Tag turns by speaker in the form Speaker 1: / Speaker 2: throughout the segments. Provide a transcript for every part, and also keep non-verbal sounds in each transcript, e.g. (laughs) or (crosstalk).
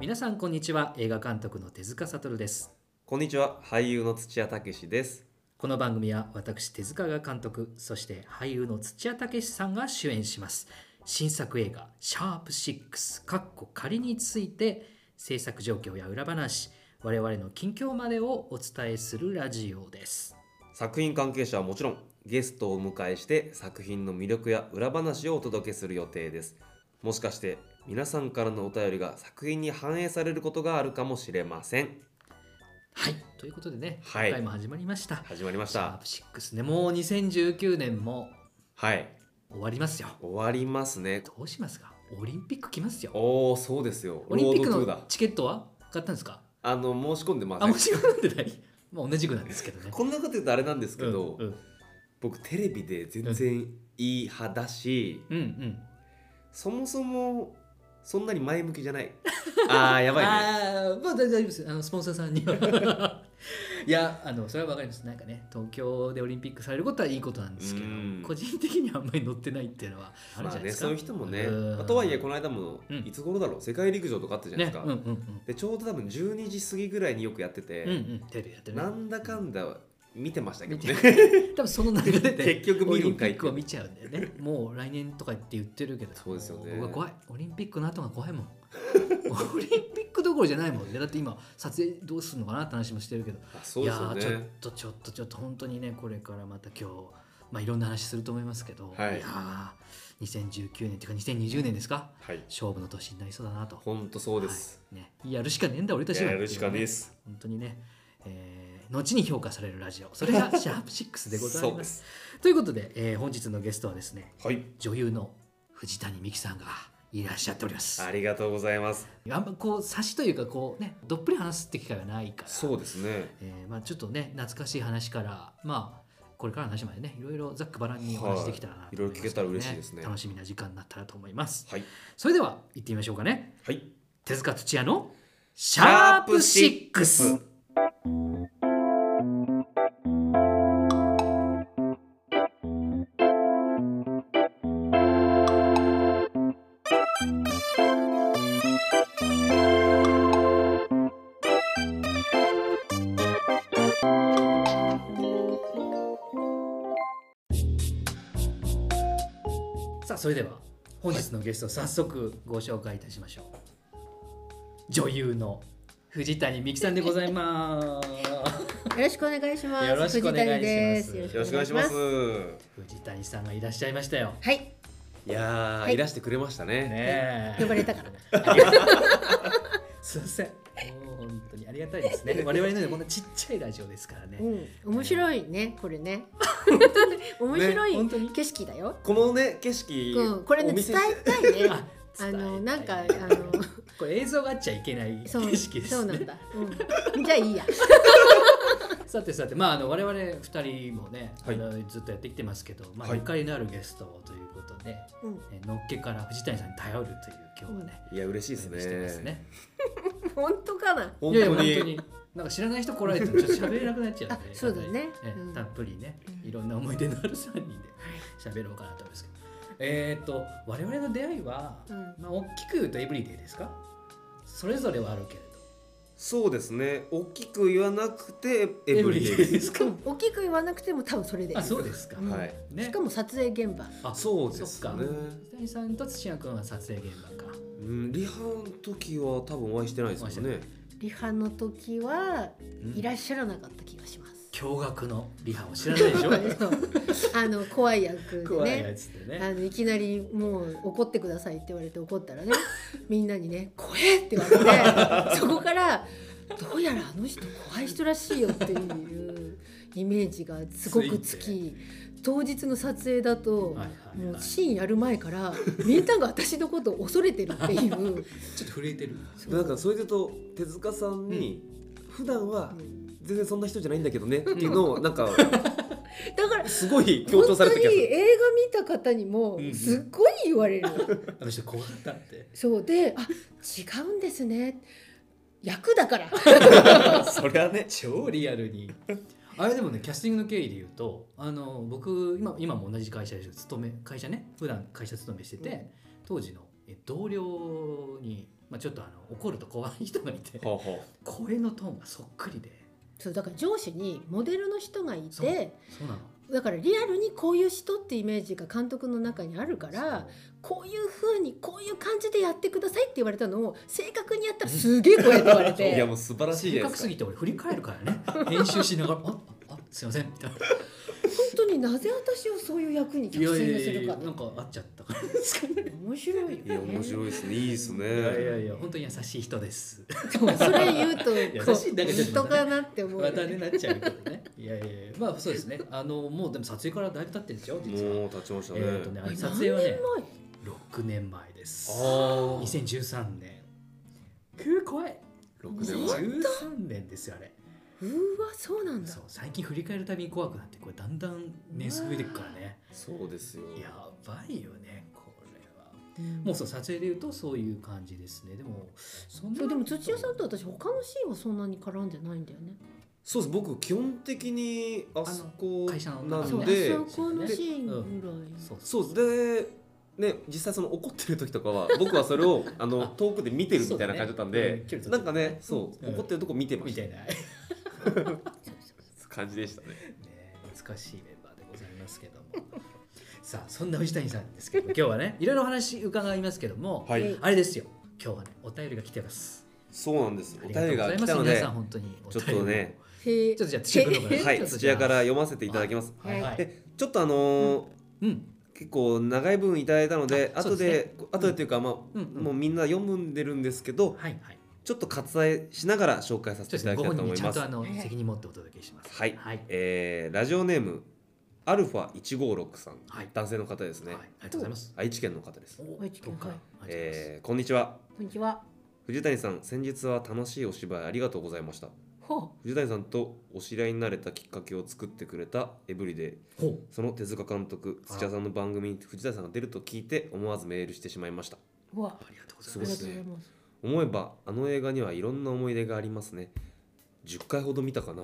Speaker 1: 皆さんこんにちは映画監督の手塚悟です
Speaker 2: こんにちは俳優の土屋武史です
Speaker 1: この番組は私手塚が監督そして俳優の土屋武さんが主演します新作映画「シャープ #6」かっこ仮について制作状況や裏話我々の近況までをお伝えするラジオです
Speaker 2: 作品関係者はもちろんゲストをお迎えして作品の魅力や裏話をお届けする予定ですもしかして皆さんからのお便りが作品に反映されることがあるかもしれません
Speaker 1: はいということでね、
Speaker 2: はい
Speaker 1: 今回も始まりました
Speaker 2: 始まりまし
Speaker 1: シャー
Speaker 2: た
Speaker 1: プ6ねもう2019年も
Speaker 2: はい
Speaker 1: 終わりますよ
Speaker 2: 終わりますね
Speaker 1: どうしますかオリンピック来ますよ
Speaker 2: おおそうですよ
Speaker 1: オリンピック
Speaker 2: ロードトゥ
Speaker 1: の
Speaker 2: ーだ
Speaker 1: チケットは買ったんですか
Speaker 2: あの申し込んでま
Speaker 1: あも
Speaker 2: す
Speaker 1: ちろんなんでないまあ同じくなんですけどね
Speaker 2: こんなこと言うとあれなんですけど、
Speaker 1: うんうん
Speaker 2: 僕テレビで全然いい派だし、
Speaker 1: うんうん
Speaker 2: そもそもそんなに前向きじゃないあーやばい
Speaker 1: (laughs)
Speaker 2: ね
Speaker 1: ああ、まあ大丈夫です。あのスポンサーさんには。 (laughs) いや、あのそれはわかります。なんかね、東京でオリンピックされることはいいことなんですけど
Speaker 2: うん、
Speaker 1: 個人的にはあんまり乗ってないっていうのはある
Speaker 2: ま
Speaker 1: じゃな
Speaker 2: あ
Speaker 1: いで
Speaker 2: ね、
Speaker 1: すか。
Speaker 2: そういう人もね、
Speaker 1: うん
Speaker 2: まあとはいえこの間も、
Speaker 1: うん
Speaker 2: いつ頃だろう世界陸上とかあったじゃないで
Speaker 1: ね
Speaker 2: す、か、
Speaker 1: うんうんうん。
Speaker 2: でちょうど多分12時過ぎぐらいによくやってて、
Speaker 1: うんうん、テレビやってるね。
Speaker 2: なんだかんだ見てましたけ
Speaker 1: 見て
Speaker 2: どね
Speaker 1: 多分その流れで
Speaker 2: (laughs) 結局
Speaker 1: オ
Speaker 2: 見る
Speaker 1: リン
Speaker 2: ん
Speaker 1: ピ
Speaker 2: かいっ
Speaker 1: ッ
Speaker 2: て
Speaker 1: クを見ちゃうんだよね。もう来年とかって言ってるけど、
Speaker 2: そうですよね
Speaker 1: 僕は怖い。オリンピックの後が怖いもん。 (laughs) オリンピックどころじゃないもんね。だって今、撮影どうするのかなって話もしてるけど、
Speaker 2: (laughs) あそうですよ
Speaker 1: いやーちょっ
Speaker 2: ね
Speaker 1: とちょっとちょっと本当にねこれからまた今日、まあ、いろんな話すると思いますけど、
Speaker 2: はい
Speaker 1: やー2019年というか2020年ですか
Speaker 2: はい
Speaker 1: 勝負の年になりそうだなと
Speaker 2: ほんとそうです、
Speaker 1: はいね、やるしかねえんだ俺たちは
Speaker 2: やるしかねえっす
Speaker 1: 本当にね、えー後に評価されるラジオそれが「シャープ #6」でござい
Speaker 2: そう
Speaker 1: ま
Speaker 2: ですす
Speaker 1: ということで、えー本日のゲストはですね
Speaker 2: はい
Speaker 1: 女優の藤谷美貴さんがいらっしゃっております
Speaker 2: ありがとうございます
Speaker 1: あんまこう差しというかこうねどっぷり話すって機会がないから
Speaker 2: そうですね
Speaker 1: えーまあ、ちょっとね懐かしい話からまあこれからの話までねいろいろざっくばらんにお話できたらなと思ま
Speaker 2: はいいろいろ聞けたら嬉しいですね
Speaker 1: 楽しみな時間になったらと思います
Speaker 2: はい
Speaker 1: それでは行ってみましょうかね
Speaker 2: はい
Speaker 1: 手塚土屋のシャ
Speaker 2: ャ
Speaker 1: ー
Speaker 2: ー
Speaker 1: プ
Speaker 2: プ
Speaker 1: 6
Speaker 2: 6
Speaker 1: さあそれでは本日のゲスト早速ご紹介いたしましょう女優の藤谷美貴さんでございます
Speaker 3: よろしくお願いします。
Speaker 1: よろしくお願いします
Speaker 3: 藤谷ですよ
Speaker 2: よろしくお願いします
Speaker 1: 藤谷さんがいらっしゃいましたよ
Speaker 3: はい、
Speaker 2: いやー、
Speaker 3: はい
Speaker 2: い、らしてくれましたね
Speaker 1: ねえ
Speaker 3: 呼ばれたから。
Speaker 1: すいません。もう本当にありがたいですね。我々のようなこんなちっちゃいラジオですからね。
Speaker 3: うん、面白いね、これね。 (laughs) 面白い、
Speaker 1: ね本当に
Speaker 3: 景色だよ。
Speaker 2: このね景色、
Speaker 3: うん、これね、
Speaker 2: お見
Speaker 3: 伝
Speaker 2: せ
Speaker 3: え
Speaker 2: した
Speaker 3: いね。
Speaker 1: 伝
Speaker 3: (laughs) あ
Speaker 1: えたい
Speaker 3: の、なんか、あの、
Speaker 1: (laughs)
Speaker 3: (laughs)
Speaker 1: これ映像があっちゃいけない景
Speaker 3: そう、
Speaker 1: 色で
Speaker 3: そ
Speaker 1: す
Speaker 3: うなん
Speaker 1: ね。
Speaker 3: だ。うん、じゃあ、いいや。
Speaker 1: さてさて、まああの我々二人もね、
Speaker 2: はい
Speaker 1: あのずっとやってきてますけど、まあ
Speaker 2: はい
Speaker 1: ゆかりのあるゲストをということで、
Speaker 3: うん、
Speaker 1: えのっけから藤谷さんに頼るという今日はね。
Speaker 2: いや嬉しい
Speaker 1: い
Speaker 2: ですね
Speaker 1: してますね。
Speaker 3: 本当かな。
Speaker 2: 本
Speaker 1: いやいや
Speaker 2: 当に
Speaker 1: 本当に。なんか知らない人来られて
Speaker 3: (laughs)
Speaker 1: もちょっと喋れなくなっちゃうんで。
Speaker 3: あそうだね
Speaker 1: やっぱりええ
Speaker 3: うん
Speaker 1: たっぷりね
Speaker 3: う、ん
Speaker 1: いろんな思い出のある三人で喋ろうかなと思いますけど。えっ、と我々の出会いは、
Speaker 3: うん
Speaker 1: まあ大きく言うとエブリデイですか。それぞれはあるけれ
Speaker 2: そうですね大きく言わなくて
Speaker 1: ど。
Speaker 2: エブリデイです
Speaker 1: すか。
Speaker 3: 大きく言わなくても、多分それでいい。
Speaker 1: あそうですか。
Speaker 3: うん
Speaker 2: はい
Speaker 1: ね。
Speaker 3: しかも、撮影現場。
Speaker 1: あ
Speaker 2: そうです
Speaker 1: そっ
Speaker 2: ね
Speaker 1: か。北井さんと土屋君は撮影現場か。
Speaker 2: うんリハの時は多分お会いしてないですもんね
Speaker 3: リハの時は、
Speaker 2: ん
Speaker 3: いらっしゃらなかった気がします。
Speaker 1: 驚愕のリハを知らないでしょ。
Speaker 3: (laughs) そうあの、怖い役で
Speaker 1: 怖い
Speaker 3: ね
Speaker 1: や。つでね。
Speaker 3: あのいきなりもう怒ってくださいって言われて怒った
Speaker 1: (laughs)
Speaker 3: らねみんなにね「怖え!」って言われてそこからどうやらあの人怖い人らしいよっていうイメージがすごくつ
Speaker 1: つい
Speaker 3: き当日の撮影だと、
Speaker 1: はいはいはい
Speaker 3: もうシーンやる前からみんなが私のことを恐れてるって
Speaker 1: (laughs)
Speaker 3: いう
Speaker 1: ちょっと震えてる。
Speaker 2: なんかそれで言うと手塚さんに、普段は全然そんな人じゃないんだけどねっていうのをなんか
Speaker 3: だから
Speaker 2: すごい強調
Speaker 3: 本
Speaker 2: さ
Speaker 3: 当
Speaker 2: れた
Speaker 3: に
Speaker 2: 気がする
Speaker 3: 映画見た方にも
Speaker 1: うんうん
Speaker 3: すっごい言われる。
Speaker 1: あの人怖かったって。
Speaker 3: そうであ違うんですね役だから。
Speaker 1: (laughs)
Speaker 2: そりゃね
Speaker 1: 超リアルにあれでもねキャスティングの経緯で言うとあの僕今今も同じ会社で勤め会社ね普段会社勤めしてて、当時のえ同僚に、まあ、ちょっとあの怒ると怖い人がいて
Speaker 2: ほうほ
Speaker 1: 声のトーンがそっくりで
Speaker 3: そうだから上司にモデルの人がいて
Speaker 1: そうなの
Speaker 3: だからリアルにこういう人ってイメージが監督の中にあるからこういう風にこういう感じでやってくださいって言われたのを正確にやったらすげえ声って言われ
Speaker 2: ういや
Speaker 3: て
Speaker 2: もう素晴らしい
Speaker 1: 正
Speaker 2: じゃないで
Speaker 1: 確
Speaker 2: す
Speaker 1: す
Speaker 2: か
Speaker 1: ぎて俺振り返るからね編集しながら「あああすいません」みたいな「
Speaker 3: 本当になぜ私をそういう役
Speaker 1: (laughs)
Speaker 3: に
Speaker 1: い
Speaker 3: 客
Speaker 1: や
Speaker 3: 席
Speaker 1: いや
Speaker 3: にす
Speaker 1: い
Speaker 3: る
Speaker 1: や
Speaker 3: か
Speaker 1: なんかあっちゃったからですかね」
Speaker 3: 面白いよ
Speaker 2: いや面白いですねいいですね
Speaker 1: いやいやいや本当に優しい人です
Speaker 3: そうそれ言うと
Speaker 1: や
Speaker 3: こ
Speaker 1: 優しいんだけ
Speaker 3: う
Speaker 1: ど
Speaker 3: 人かなって思う
Speaker 1: またねなっちゃうけどねいやいやいやまあそうですねあのもうでも撮影からだいぶ経ってるんですよ実は
Speaker 2: もう立ちましたね,、
Speaker 1: えっとねあの
Speaker 3: え
Speaker 1: 撮影はね
Speaker 3: 何
Speaker 1: 6年前です
Speaker 2: ああ
Speaker 1: 2013年くー怖い
Speaker 2: 6
Speaker 3: 年
Speaker 2: 年
Speaker 3: 前
Speaker 2: 前
Speaker 1: 2013年ですよあれ
Speaker 3: 年前うわそうなんだ
Speaker 1: そう最近振り返るたびに怖くなってこれだんだん年数増えてくからね
Speaker 2: そうですよ
Speaker 1: やばいよねこれはもうそう撮影でいうとそういう感じですねでもそん
Speaker 3: そうでも土屋さんと私他のシーンはそんなに絡んでないんだよね
Speaker 2: そうです僕基本的にあそこ
Speaker 1: 会社の
Speaker 2: な
Speaker 1: 中
Speaker 2: ん
Speaker 3: そうあ
Speaker 2: で
Speaker 3: そこのシーン
Speaker 1: う
Speaker 3: ぐらい、
Speaker 1: そうそう
Speaker 2: そうですでね実際その怒ってる時とかは (laughs) 僕はそれをあの遠くで見てるみたいな感じだったんで、
Speaker 1: そうだねうん
Speaker 2: なんかねそう、
Speaker 1: うん
Speaker 2: 怒ってるとこ見てま
Speaker 1: み
Speaker 2: したた
Speaker 1: いなね
Speaker 2: 感じでしたね
Speaker 1: 難しいメンバーでございますけども (laughs) さあそんな藤谷さんですけど今日はねいろいろお話伺いますけども、
Speaker 2: はい、
Speaker 3: え
Speaker 1: あれですよ今日はねお便りが来てます
Speaker 2: そうなんです
Speaker 1: あ
Speaker 2: お
Speaker 1: りが
Speaker 2: 便
Speaker 1: とう
Speaker 2: り
Speaker 1: ございま
Speaker 2: が来た
Speaker 1: す
Speaker 2: の
Speaker 1: 皆
Speaker 2: で
Speaker 1: さん本当にお
Speaker 2: ちょ
Speaker 1: 便
Speaker 2: っ
Speaker 1: りを
Speaker 2: とね
Speaker 3: へえ
Speaker 1: ちょっとじゃあ土屋君の方から
Speaker 2: は
Speaker 1: ちょ
Speaker 2: い
Speaker 1: っと
Speaker 2: 土
Speaker 1: じゃあ
Speaker 2: 屋から読ませていただきます
Speaker 1: はいはい
Speaker 2: えちょっとあのー
Speaker 1: うん
Speaker 2: 結構長い分いただいたので
Speaker 1: あそう
Speaker 2: 後
Speaker 1: です
Speaker 2: で後でというかまあ
Speaker 1: うんうん
Speaker 2: もうみんな読むんでるんですけど
Speaker 1: はいはい
Speaker 2: ちょっと割愛しながら紹介させ
Speaker 1: そ
Speaker 2: て
Speaker 1: う
Speaker 2: い
Speaker 1: です
Speaker 2: た
Speaker 1: ねご
Speaker 2: だきたい
Speaker 1: 本
Speaker 2: と
Speaker 1: 人
Speaker 2: 思
Speaker 1: にちゃんとあの
Speaker 2: います
Speaker 3: はいはい
Speaker 1: 責任持ってお届けします
Speaker 2: はい
Speaker 1: はい
Speaker 2: えーラジオネームアルファ156さん、
Speaker 1: はい
Speaker 2: 男性の方ですね、
Speaker 1: はいありがとうございます
Speaker 2: 愛知県の方です、
Speaker 1: お
Speaker 3: 愛知県
Speaker 1: 今回
Speaker 3: はい
Speaker 1: ありがとうございます
Speaker 2: えーこんにちは
Speaker 3: こんにちは
Speaker 2: 藤谷さん先日は楽しいお芝居ありがとうございました
Speaker 3: ほ
Speaker 2: 藤谷さんとお知り合いになれたきっかけを作ってくれたエブリデイ
Speaker 1: ほう
Speaker 2: その手塚監督
Speaker 1: あ
Speaker 2: 土屋さんの番組に藤谷さんが出ると聞いて思わずメールしてしまいました
Speaker 3: ううわ
Speaker 1: ありがとうござい
Speaker 2: す
Speaker 1: ま
Speaker 2: ご
Speaker 1: す
Speaker 2: い
Speaker 3: あり
Speaker 2: ですね
Speaker 3: がとうございます
Speaker 2: 思えばあの映画にはいろんな思い出がありますね10回ほど見たかな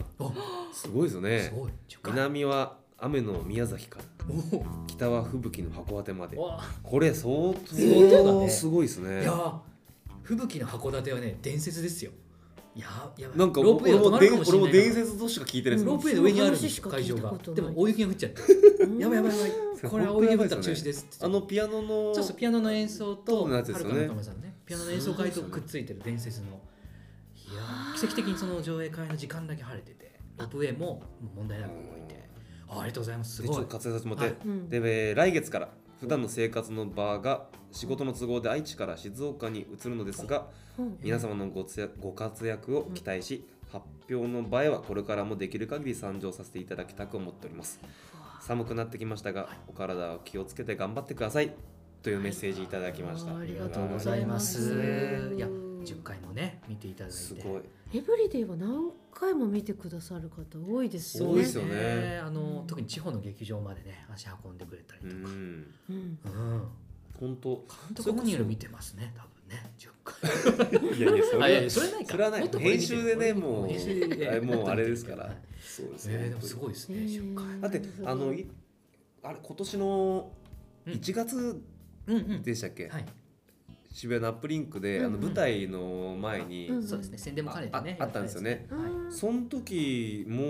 Speaker 2: すごいです
Speaker 1: おす
Speaker 2: よね
Speaker 1: ごい
Speaker 2: 南は雨の宮崎から
Speaker 1: お
Speaker 2: 北は吹雪の函館まで
Speaker 1: おわ
Speaker 2: これ相
Speaker 1: 相当だね
Speaker 2: 当すごいです
Speaker 1: あ
Speaker 2: ね
Speaker 1: いやー吹雪の函館はね伝説ですよいやーやばい
Speaker 2: なんか
Speaker 1: ロープウェイ
Speaker 2: 俺
Speaker 1: が止
Speaker 2: も
Speaker 1: まる
Speaker 2: 伝
Speaker 1: かもしれ
Speaker 2: 俺も
Speaker 1: ないから
Speaker 2: 伝説としか聞いてないです
Speaker 1: ロ
Speaker 2: も
Speaker 1: ー
Speaker 2: ん
Speaker 1: プウェイの上にあるんです
Speaker 3: その話
Speaker 1: 会
Speaker 3: し
Speaker 1: 場
Speaker 3: か聞いた
Speaker 1: が
Speaker 3: ことない
Speaker 1: でも大雪が降っちゃって
Speaker 3: うん
Speaker 1: やばいやばいやばいこれは大雪が降ったら中止ですって
Speaker 2: あのピアノの
Speaker 1: そうそうピアノの演奏と
Speaker 2: そうな
Speaker 1: は
Speaker 2: やつ
Speaker 1: る
Speaker 2: で
Speaker 1: か
Speaker 2: すよ
Speaker 1: の
Speaker 2: ね
Speaker 1: 仲間さんねピアノの演奏会とくっついてる伝説のいやー奇跡的にその上映会の時間だけ晴れててロープウェイももう問題なく動いてあありがとうございますす
Speaker 2: でちょ
Speaker 1: ご
Speaker 2: っ
Speaker 1: い
Speaker 2: と活躍させてもらっ
Speaker 1: は
Speaker 2: て
Speaker 3: うん
Speaker 2: でえー来月から普段の生活の場が仕事の都合で愛知から静岡に移るのですが
Speaker 3: うん
Speaker 2: 皆様のごつやご活躍を期待し発表の場へはこれからもできる限り参上させていただきたく思っております寒くなってきましたがお体を気をつけて頑張ってくださいというメッセージいただきました、
Speaker 3: あ
Speaker 1: あ
Speaker 3: り
Speaker 1: り
Speaker 3: が
Speaker 1: が
Speaker 3: と
Speaker 1: と
Speaker 3: う
Speaker 1: う
Speaker 3: ご
Speaker 1: ご
Speaker 3: ざ
Speaker 1: ざ
Speaker 3: い
Speaker 1: い
Speaker 3: ま
Speaker 1: ますすいや10回もね見ていただいて
Speaker 2: すごい
Speaker 3: エブリデイは何回も見てくださる方多いですよね
Speaker 2: 多いですよね
Speaker 1: あの特に地方の劇場までね足運んでくれたり
Speaker 2: う
Speaker 1: とか
Speaker 2: ん
Speaker 3: うん
Speaker 1: うん
Speaker 2: 本当
Speaker 1: 監督本人より見てますね多分ね10回
Speaker 2: いやいやそれ
Speaker 1: あ
Speaker 2: はい
Speaker 1: やい (laughs) やそれはないか
Speaker 2: それはな
Speaker 1: も
Speaker 2: い
Speaker 1: っとこれ
Speaker 2: 編
Speaker 1: 見てる
Speaker 2: 集でねもう
Speaker 1: 編集で
Speaker 2: あれ
Speaker 1: (laughs)
Speaker 2: もうあれですか
Speaker 1: は
Speaker 2: ら
Speaker 1: い
Speaker 2: そうです
Speaker 1: えー
Speaker 2: ね
Speaker 1: でもすごいですね
Speaker 3: えー
Speaker 1: 10回
Speaker 2: だってあのいあれ今年の
Speaker 1: うん
Speaker 2: 1月
Speaker 1: うんうん
Speaker 2: でしたっけ、
Speaker 1: はい
Speaker 2: 渋谷のアップリンクで、
Speaker 3: うん
Speaker 2: あの舞台の前に、
Speaker 3: うん
Speaker 1: そうですね宣伝も兼ねてね
Speaker 2: あああったんですよね
Speaker 1: はいうん
Speaker 2: その時も
Speaker 1: う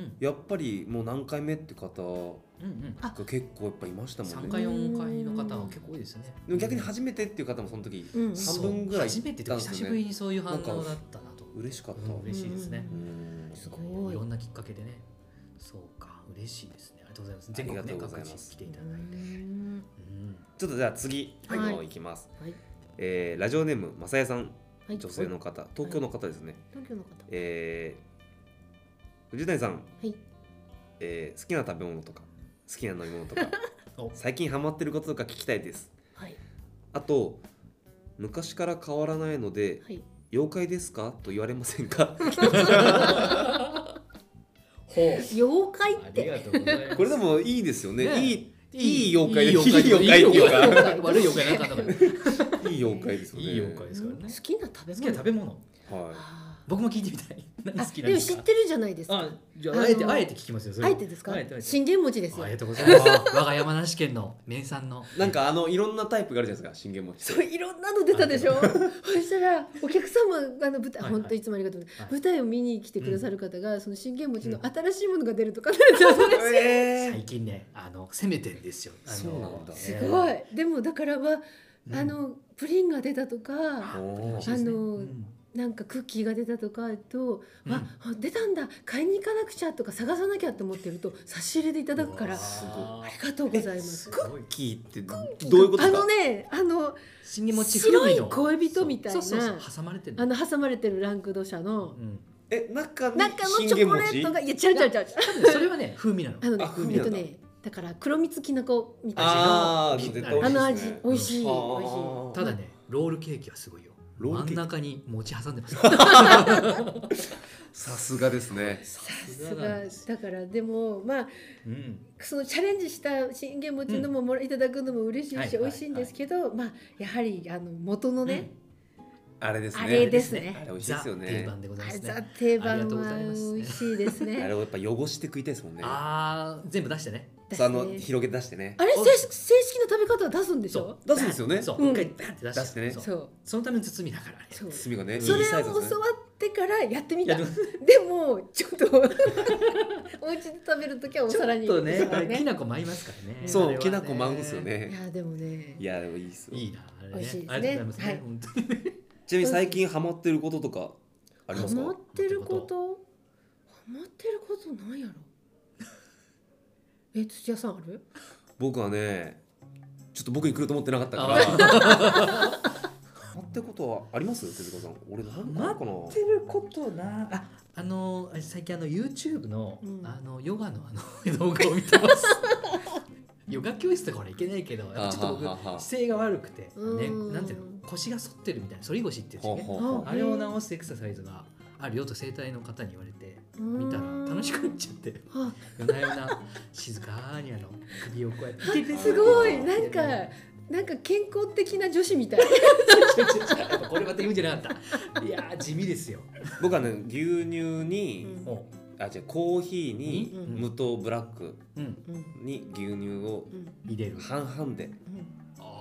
Speaker 1: ん
Speaker 2: やっぱりもう何回目って方
Speaker 1: うん
Speaker 3: あ
Speaker 2: が結構やっぱいましたもん
Speaker 1: 3
Speaker 2: ね
Speaker 1: 回4回の方は結構多いですね
Speaker 2: でも逆に初めてっていう方もその時
Speaker 3: うん
Speaker 2: 半分ぐらい
Speaker 1: そう初めてというか久しぶりにそういう反応だったなと
Speaker 2: 嬉しかった、
Speaker 1: うん嬉しいですね
Speaker 2: う
Speaker 3: うんすご
Speaker 1: い
Speaker 3: い
Speaker 1: ろんなきっかけでねそうか嬉しいですねありがとうございます全国
Speaker 2: あり
Speaker 1: ね
Speaker 2: がとうござ
Speaker 1: 各
Speaker 2: います
Speaker 1: 地来ていただいて
Speaker 3: うん
Speaker 1: うん
Speaker 2: ちょっとじゃあ次
Speaker 3: はい
Speaker 2: の方いきます、
Speaker 3: はい
Speaker 2: えーラジオネームまさやさん
Speaker 3: はい
Speaker 2: 女性の方東京の方ですね、
Speaker 3: 東京の方
Speaker 2: えー藤谷さん、
Speaker 3: はい
Speaker 2: えー好きな食べ物とか好きな飲み物と
Speaker 3: (laughs)
Speaker 2: か
Speaker 1: お
Speaker 2: 最近ハマってることとか聞きたいです
Speaker 3: はい
Speaker 2: あと昔から変わらないので
Speaker 3: はい
Speaker 2: 妖怪ですかと言われません
Speaker 3: (laughs)
Speaker 2: か
Speaker 1: ほう
Speaker 3: 妖怪
Speaker 1: あ
Speaker 3: っ
Speaker 1: り
Speaker 3: て
Speaker 1: がとうございます
Speaker 2: これでもいいですよね
Speaker 1: ね
Speaker 2: いいいい妖怪でいい
Speaker 1: い
Speaker 2: 妖怪っていうか
Speaker 1: いい妖怪悪い妖怪なんかあったから
Speaker 2: いい妖怪ですよね
Speaker 1: いい妖怪
Speaker 3: う
Speaker 1: ですから
Speaker 3: ん好
Speaker 1: ね
Speaker 3: きな食べ
Speaker 1: 好きな
Speaker 3: 物
Speaker 1: 食べ物
Speaker 2: は
Speaker 3: あー
Speaker 1: 僕も聞いてみたい何
Speaker 3: あ
Speaker 1: 好きなん
Speaker 3: で
Speaker 1: で
Speaker 3: も
Speaker 1: す
Speaker 3: 知っ
Speaker 1: か
Speaker 3: てるじゃないですか
Speaker 1: あじゃ
Speaker 3: あ
Speaker 1: あ
Speaker 3: の
Speaker 1: あえてあえて聞きますよそれ
Speaker 3: あ
Speaker 1: は
Speaker 3: えてですか
Speaker 1: あえてあえて
Speaker 3: 信玄餅ですよ
Speaker 1: ありがとうございます我が山梨県の名産の
Speaker 2: なんかあのいろんなタイプがあるじゃないですか信玄餅
Speaker 3: そういろんなの出たでしょそしたらお客様あの舞台、
Speaker 1: はいはい
Speaker 3: 本当いつもありがとうございます、
Speaker 1: はい
Speaker 3: 舞台を見に来てくださる方が、その信玄餅の
Speaker 1: う
Speaker 3: 新しいものが出
Speaker 1: (laughs)
Speaker 3: ると必ず私、
Speaker 2: え
Speaker 1: 最近ねあの攻めてんですよあの
Speaker 2: そうなんだ
Speaker 3: すごいでもだからは、
Speaker 1: うん
Speaker 3: あのプリンが出たと
Speaker 2: ー、
Speaker 3: か
Speaker 2: お
Speaker 1: 楽し
Speaker 2: ー
Speaker 1: いですね
Speaker 3: あの
Speaker 1: うん
Speaker 3: なんかクッキーが出たとかと、
Speaker 1: うん
Speaker 3: ああ出たんだ買いに行かなくちゃとか探さなきゃって思ってると差し入れでいただくから
Speaker 1: うわー
Speaker 3: あ
Speaker 2: すごい
Speaker 3: りがとうございます。
Speaker 1: すごい
Speaker 2: キーってどういうこと
Speaker 3: あ
Speaker 2: です
Speaker 3: の
Speaker 2: か
Speaker 3: ねあの
Speaker 1: 信玄餅風
Speaker 3: 白
Speaker 1: 味
Speaker 3: い
Speaker 1: の
Speaker 3: 恋人みたい
Speaker 1: そうそうそ
Speaker 3: な
Speaker 1: うそう挟まれてる
Speaker 3: あの挟まれてるランクド社の
Speaker 1: うん
Speaker 2: え中に
Speaker 3: 中の
Speaker 2: 信
Speaker 3: チョ
Speaker 2: 玄
Speaker 3: コレー
Speaker 2: 餅
Speaker 3: トがいや違う違う違う違
Speaker 1: 多
Speaker 3: う
Speaker 1: 分ねそれは
Speaker 3: (laughs)
Speaker 1: ね風味なの
Speaker 3: あのね
Speaker 2: あ風味
Speaker 3: え
Speaker 2: な
Speaker 3: っ
Speaker 2: ん
Speaker 3: と
Speaker 2: だ
Speaker 3: ねだから黒蜜きなこみたいな
Speaker 2: あー
Speaker 1: 味の
Speaker 2: 絶対美
Speaker 3: あの
Speaker 2: 味しいで
Speaker 3: 味
Speaker 2: すね
Speaker 3: 美味しい
Speaker 2: あ
Speaker 3: 美味しい
Speaker 2: ー
Speaker 1: ただねロールケーキはすごいよ
Speaker 2: ロール
Speaker 1: 真
Speaker 2: ケーキ
Speaker 1: ん中に餅挟ん
Speaker 2: (laughs)
Speaker 1: でます
Speaker 2: さすがですね
Speaker 3: さす
Speaker 1: すがなんです
Speaker 3: がだからでもまあ
Speaker 1: うん
Speaker 3: そのチャレンジした信玄餅のももらいただくのも嬉し
Speaker 1: はいい
Speaker 3: し
Speaker 1: はい
Speaker 3: 美味しいんですけどまあやはりあの元のね
Speaker 2: あれですね
Speaker 3: あれですね
Speaker 2: あれ美味しいですよね
Speaker 1: ザ定番でござ
Speaker 3: あ
Speaker 1: いま
Speaker 3: れ
Speaker 1: す
Speaker 3: ザ
Speaker 1: ね
Speaker 3: 定
Speaker 1: あり
Speaker 3: 番
Speaker 1: がとうご
Speaker 3: は
Speaker 1: ざいます
Speaker 3: 美味しいです
Speaker 1: (laughs)
Speaker 2: あ
Speaker 3: ね
Speaker 2: れをやっぱ汚して食いたいですもんね
Speaker 1: あー全部出してね
Speaker 2: さあの
Speaker 3: 出してね
Speaker 2: 広げて出してね
Speaker 3: あれ正式正式な食べ方は出すんでしょ
Speaker 2: 出すんですよね
Speaker 1: そううん一回バンって出して
Speaker 2: 出してね
Speaker 1: そう
Speaker 3: そう
Speaker 1: そのための包みだからね
Speaker 3: そう
Speaker 2: 包みがね
Speaker 3: そ
Speaker 2: いい
Speaker 3: れ
Speaker 2: サイズ
Speaker 3: を
Speaker 2: です
Speaker 3: 教
Speaker 2: ね
Speaker 3: わってからやってみた
Speaker 1: い
Speaker 3: で
Speaker 1: や
Speaker 3: もちょっと (laughs) お家で食べるときはお
Speaker 1: ちょ
Speaker 3: 皿に
Speaker 1: っとねあれき
Speaker 3: い
Speaker 1: なこ舞いますからねあ
Speaker 2: そ
Speaker 1: れ
Speaker 2: う
Speaker 1: は
Speaker 2: きなこ舞うんですよね
Speaker 3: やでもね
Speaker 2: いやでもいいっすよ
Speaker 1: いいなあれね
Speaker 3: 美味しいですね
Speaker 1: ありがとうございますね、
Speaker 3: はい
Speaker 1: 本当に
Speaker 2: ちなみに最近ハマってることとかあり
Speaker 3: ハ
Speaker 2: ますか
Speaker 3: マってることハマってることなんやろえ土屋さんある
Speaker 2: 僕はねちょっと僕に来ると思ってなかったから
Speaker 1: あー
Speaker 2: ハマってることはあります手塚さん俺なんかあるかな
Speaker 1: やってることなああのあれ最近あの YouTube の,、
Speaker 3: うん
Speaker 1: あのヨガのあの (laughs) 動画を見て
Speaker 3: (laughs)
Speaker 1: ますヨガ教室とか俺行けないけどやっぱちょっと僕
Speaker 2: あははは
Speaker 1: 姿勢が悪くて、ね、
Speaker 3: うん
Speaker 1: なんていうの腰が反ってるみたいな反り腰っていうんですよ
Speaker 2: ほう
Speaker 1: ね
Speaker 2: ほうほう
Speaker 1: あれを直すエクササイズがあるよと整体の方に言われて見たら楽しくなっちゃって
Speaker 3: ゃう
Speaker 1: 夜な夜な静かにあの首をこうやって
Speaker 3: ーんあすごいなんかなんか健康的な女子みたい
Speaker 1: ちょちょちょ (laughs) やっぱこれまた言うんじゃなかったいやー地味ですよ
Speaker 2: 僕はね牛乳に、
Speaker 3: うん
Speaker 1: も
Speaker 2: あ違うコーヒーに
Speaker 3: うん
Speaker 2: 無糖ブラック
Speaker 1: う、うん、
Speaker 3: うん
Speaker 2: に牛乳を
Speaker 3: うん
Speaker 1: 入れる
Speaker 2: 半々で
Speaker 3: うん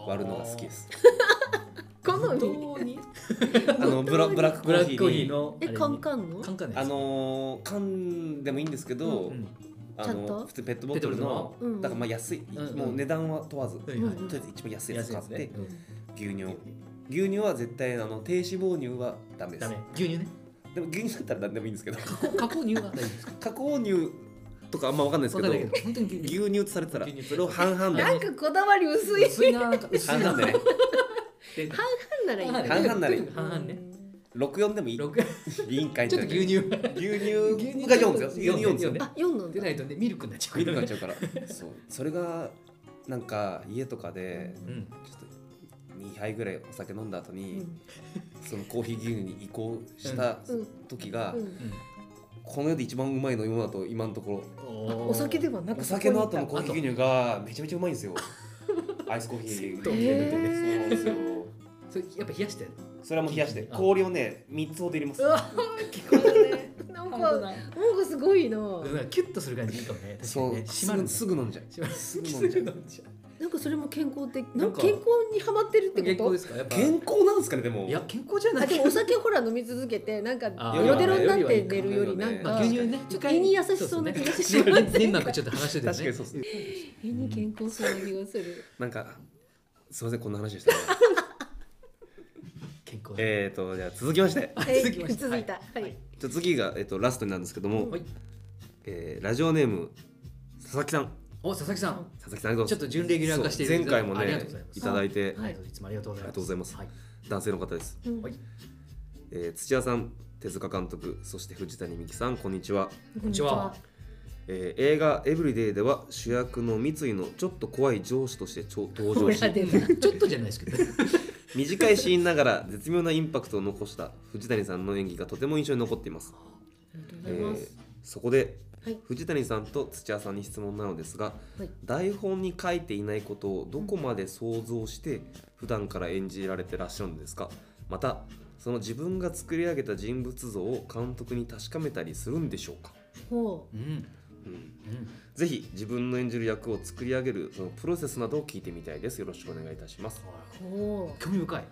Speaker 2: 割るのが好きです
Speaker 3: 好み
Speaker 1: 本当に
Speaker 2: あのブラブラックコ
Speaker 1: ブラ
Speaker 2: ー
Speaker 1: ッ
Speaker 2: ヒ
Speaker 1: クコーヒ
Speaker 2: ー
Speaker 1: ー
Speaker 2: に
Speaker 1: の
Speaker 3: えカン
Speaker 1: ン
Speaker 3: カンの
Speaker 1: カンカン
Speaker 2: あのー缶でもいいんですけど、
Speaker 3: う
Speaker 2: あ
Speaker 3: ちゃんと
Speaker 2: の普通ペットボトルの
Speaker 3: ペットボトルのうん
Speaker 2: だからまあ安い、
Speaker 1: うん
Speaker 2: もう値段は問わず、
Speaker 1: う
Speaker 2: とり
Speaker 1: んはい
Speaker 3: うん
Speaker 2: あえず一番安いや
Speaker 1: 安
Speaker 2: つ
Speaker 1: いで
Speaker 2: 買っ
Speaker 1: す
Speaker 2: て、
Speaker 1: ね
Speaker 3: うん
Speaker 2: 牛乳牛乳は絶対あの低脂肪乳はダメで
Speaker 1: ダ
Speaker 2: す
Speaker 1: メ牛乳ね
Speaker 2: でも牛乳だったら何でもいいんですけど (laughs)
Speaker 1: 加工加工乳は大丈夫ですか
Speaker 2: 加工乳とかあんま分かんないです
Speaker 1: わ
Speaker 2: け
Speaker 1: か
Speaker 2: ど
Speaker 1: んないけど本当に牛乳
Speaker 2: 牛乳とされてたら
Speaker 1: 牛乳
Speaker 2: それを半々で
Speaker 3: なんかこだわり薄い
Speaker 1: 薄いななんか薄
Speaker 2: 半
Speaker 1: いな
Speaker 2: 々
Speaker 1: (laughs)
Speaker 2: でね
Speaker 1: で
Speaker 3: ならいい
Speaker 1: 半
Speaker 2: 半々ならいい
Speaker 1: 半々ね
Speaker 2: 64でもいい
Speaker 1: 六
Speaker 2: いいんかい
Speaker 1: ちょっと牛乳
Speaker 2: 牛乳が4ですよ牛乳4ですよ
Speaker 1: ね
Speaker 3: あ四なん
Speaker 1: 出
Speaker 3: だ
Speaker 1: ないとねミルクになっちゃう
Speaker 2: 見るなっちゃうからそうそれがなんか家とかで
Speaker 1: うん
Speaker 2: ちょっと2杯ぐらいお酒飲んだ後
Speaker 3: う
Speaker 2: に、
Speaker 3: ん
Speaker 2: そのコーヒー牛乳に移行した
Speaker 3: うん
Speaker 2: 時が、
Speaker 3: うん
Speaker 2: この世で一番うまい飲み物だと今のところ
Speaker 3: あお酒で
Speaker 1: も
Speaker 3: はなく
Speaker 2: お酒の後のコ
Speaker 3: こ
Speaker 2: ーヒー牛乳がめちゃめちゃうまいんですよアイスコーヒー
Speaker 1: と
Speaker 3: へ
Speaker 1: 入れるとね
Speaker 2: そうなんですよ
Speaker 1: それやっぱ冷やして
Speaker 2: それはもう冷やして
Speaker 1: あ
Speaker 2: 氷をね3つほど入れます
Speaker 1: 聞こえるね
Speaker 3: になんか
Speaker 1: 本当だ
Speaker 3: なんかすごいな
Speaker 1: なんかキュッとする感じいいかもね確かに
Speaker 2: そう
Speaker 1: ね
Speaker 2: す
Speaker 1: 閉まる
Speaker 2: ぐ
Speaker 1: ね
Speaker 2: すぐ飲んじゃう
Speaker 1: 閉まる
Speaker 2: すぐ飲んじゃう
Speaker 1: すぐ飲んじゃ
Speaker 3: なんかそれも健康的な
Speaker 1: なん
Speaker 3: ん
Speaker 1: か
Speaker 3: か健康にハマってるって
Speaker 1: う健
Speaker 3: こ
Speaker 1: 康
Speaker 3: と
Speaker 1: ですかやっぱ
Speaker 2: 健康なんですかねでも
Speaker 1: いや健康じゃな
Speaker 3: あ
Speaker 1: いけ
Speaker 3: で
Speaker 1: ど
Speaker 3: もお酒ほら飲み続けてなんか
Speaker 1: あ
Speaker 2: ー
Speaker 3: デロデロになって寝るよりなん
Speaker 1: まあ
Speaker 3: か
Speaker 1: 牛乳ね
Speaker 3: ちょっと胃に優しそうな気がします
Speaker 1: ね粘膜ちょっと話してたよ
Speaker 2: 確か
Speaker 1: ね
Speaker 2: にそうですね
Speaker 3: 胃に健康そうな気がする
Speaker 2: なんかすいませんこんな話でしたね
Speaker 1: 健康
Speaker 2: えっとじゃあ続きまして
Speaker 1: はい
Speaker 3: はい
Speaker 1: 続きまして
Speaker 3: 続いたはい
Speaker 2: じゃあ次が、えっとラストになるんですけども、
Speaker 1: はい
Speaker 2: えーラジオネーム佐々木さん
Speaker 1: お佐々木さん
Speaker 2: 佐々木さんありがとうございます
Speaker 1: ちょっと準レギュラー化している
Speaker 2: そう前回も
Speaker 1: ありがとうござい
Speaker 2: ね
Speaker 1: ます
Speaker 2: いただいて
Speaker 1: はいいつもありがとうございます
Speaker 2: ありがとうございます
Speaker 1: はい
Speaker 2: 男性の方です、
Speaker 3: うん
Speaker 1: はい
Speaker 2: えー土屋さん手塚監督そして藤谷美樹さんこんにちは、
Speaker 3: こん
Speaker 1: にちは
Speaker 2: えー映画「エブリデイ」では主役の三井のちょっと怖い上司としてちょ登
Speaker 3: ほ
Speaker 2: 場
Speaker 3: ら
Speaker 2: し
Speaker 3: 出た
Speaker 1: ちょっとじゃないですけど
Speaker 2: (laughs) 短いシーンながら絶妙なインパクトを残した藤谷さんの演技がとても印象に残っています
Speaker 3: ありがとうございます
Speaker 2: えーそこで、
Speaker 3: はい
Speaker 2: 藤谷さんと土屋さんに質問なのですが、
Speaker 3: はい
Speaker 2: 台本に書いていないことをどこまで想像して普段から演じられてらっしゃるんですかまたその自分が作り上げた人物像を監督に確かめたりするんでしょうか、
Speaker 3: ほ
Speaker 1: うん
Speaker 2: うん、
Speaker 1: うん
Speaker 2: ぜひ自分の演じる役を作り上げるそのプロセスなどを聞いてみたいですよろしくお願いいたします
Speaker 3: うほ
Speaker 1: 興味深い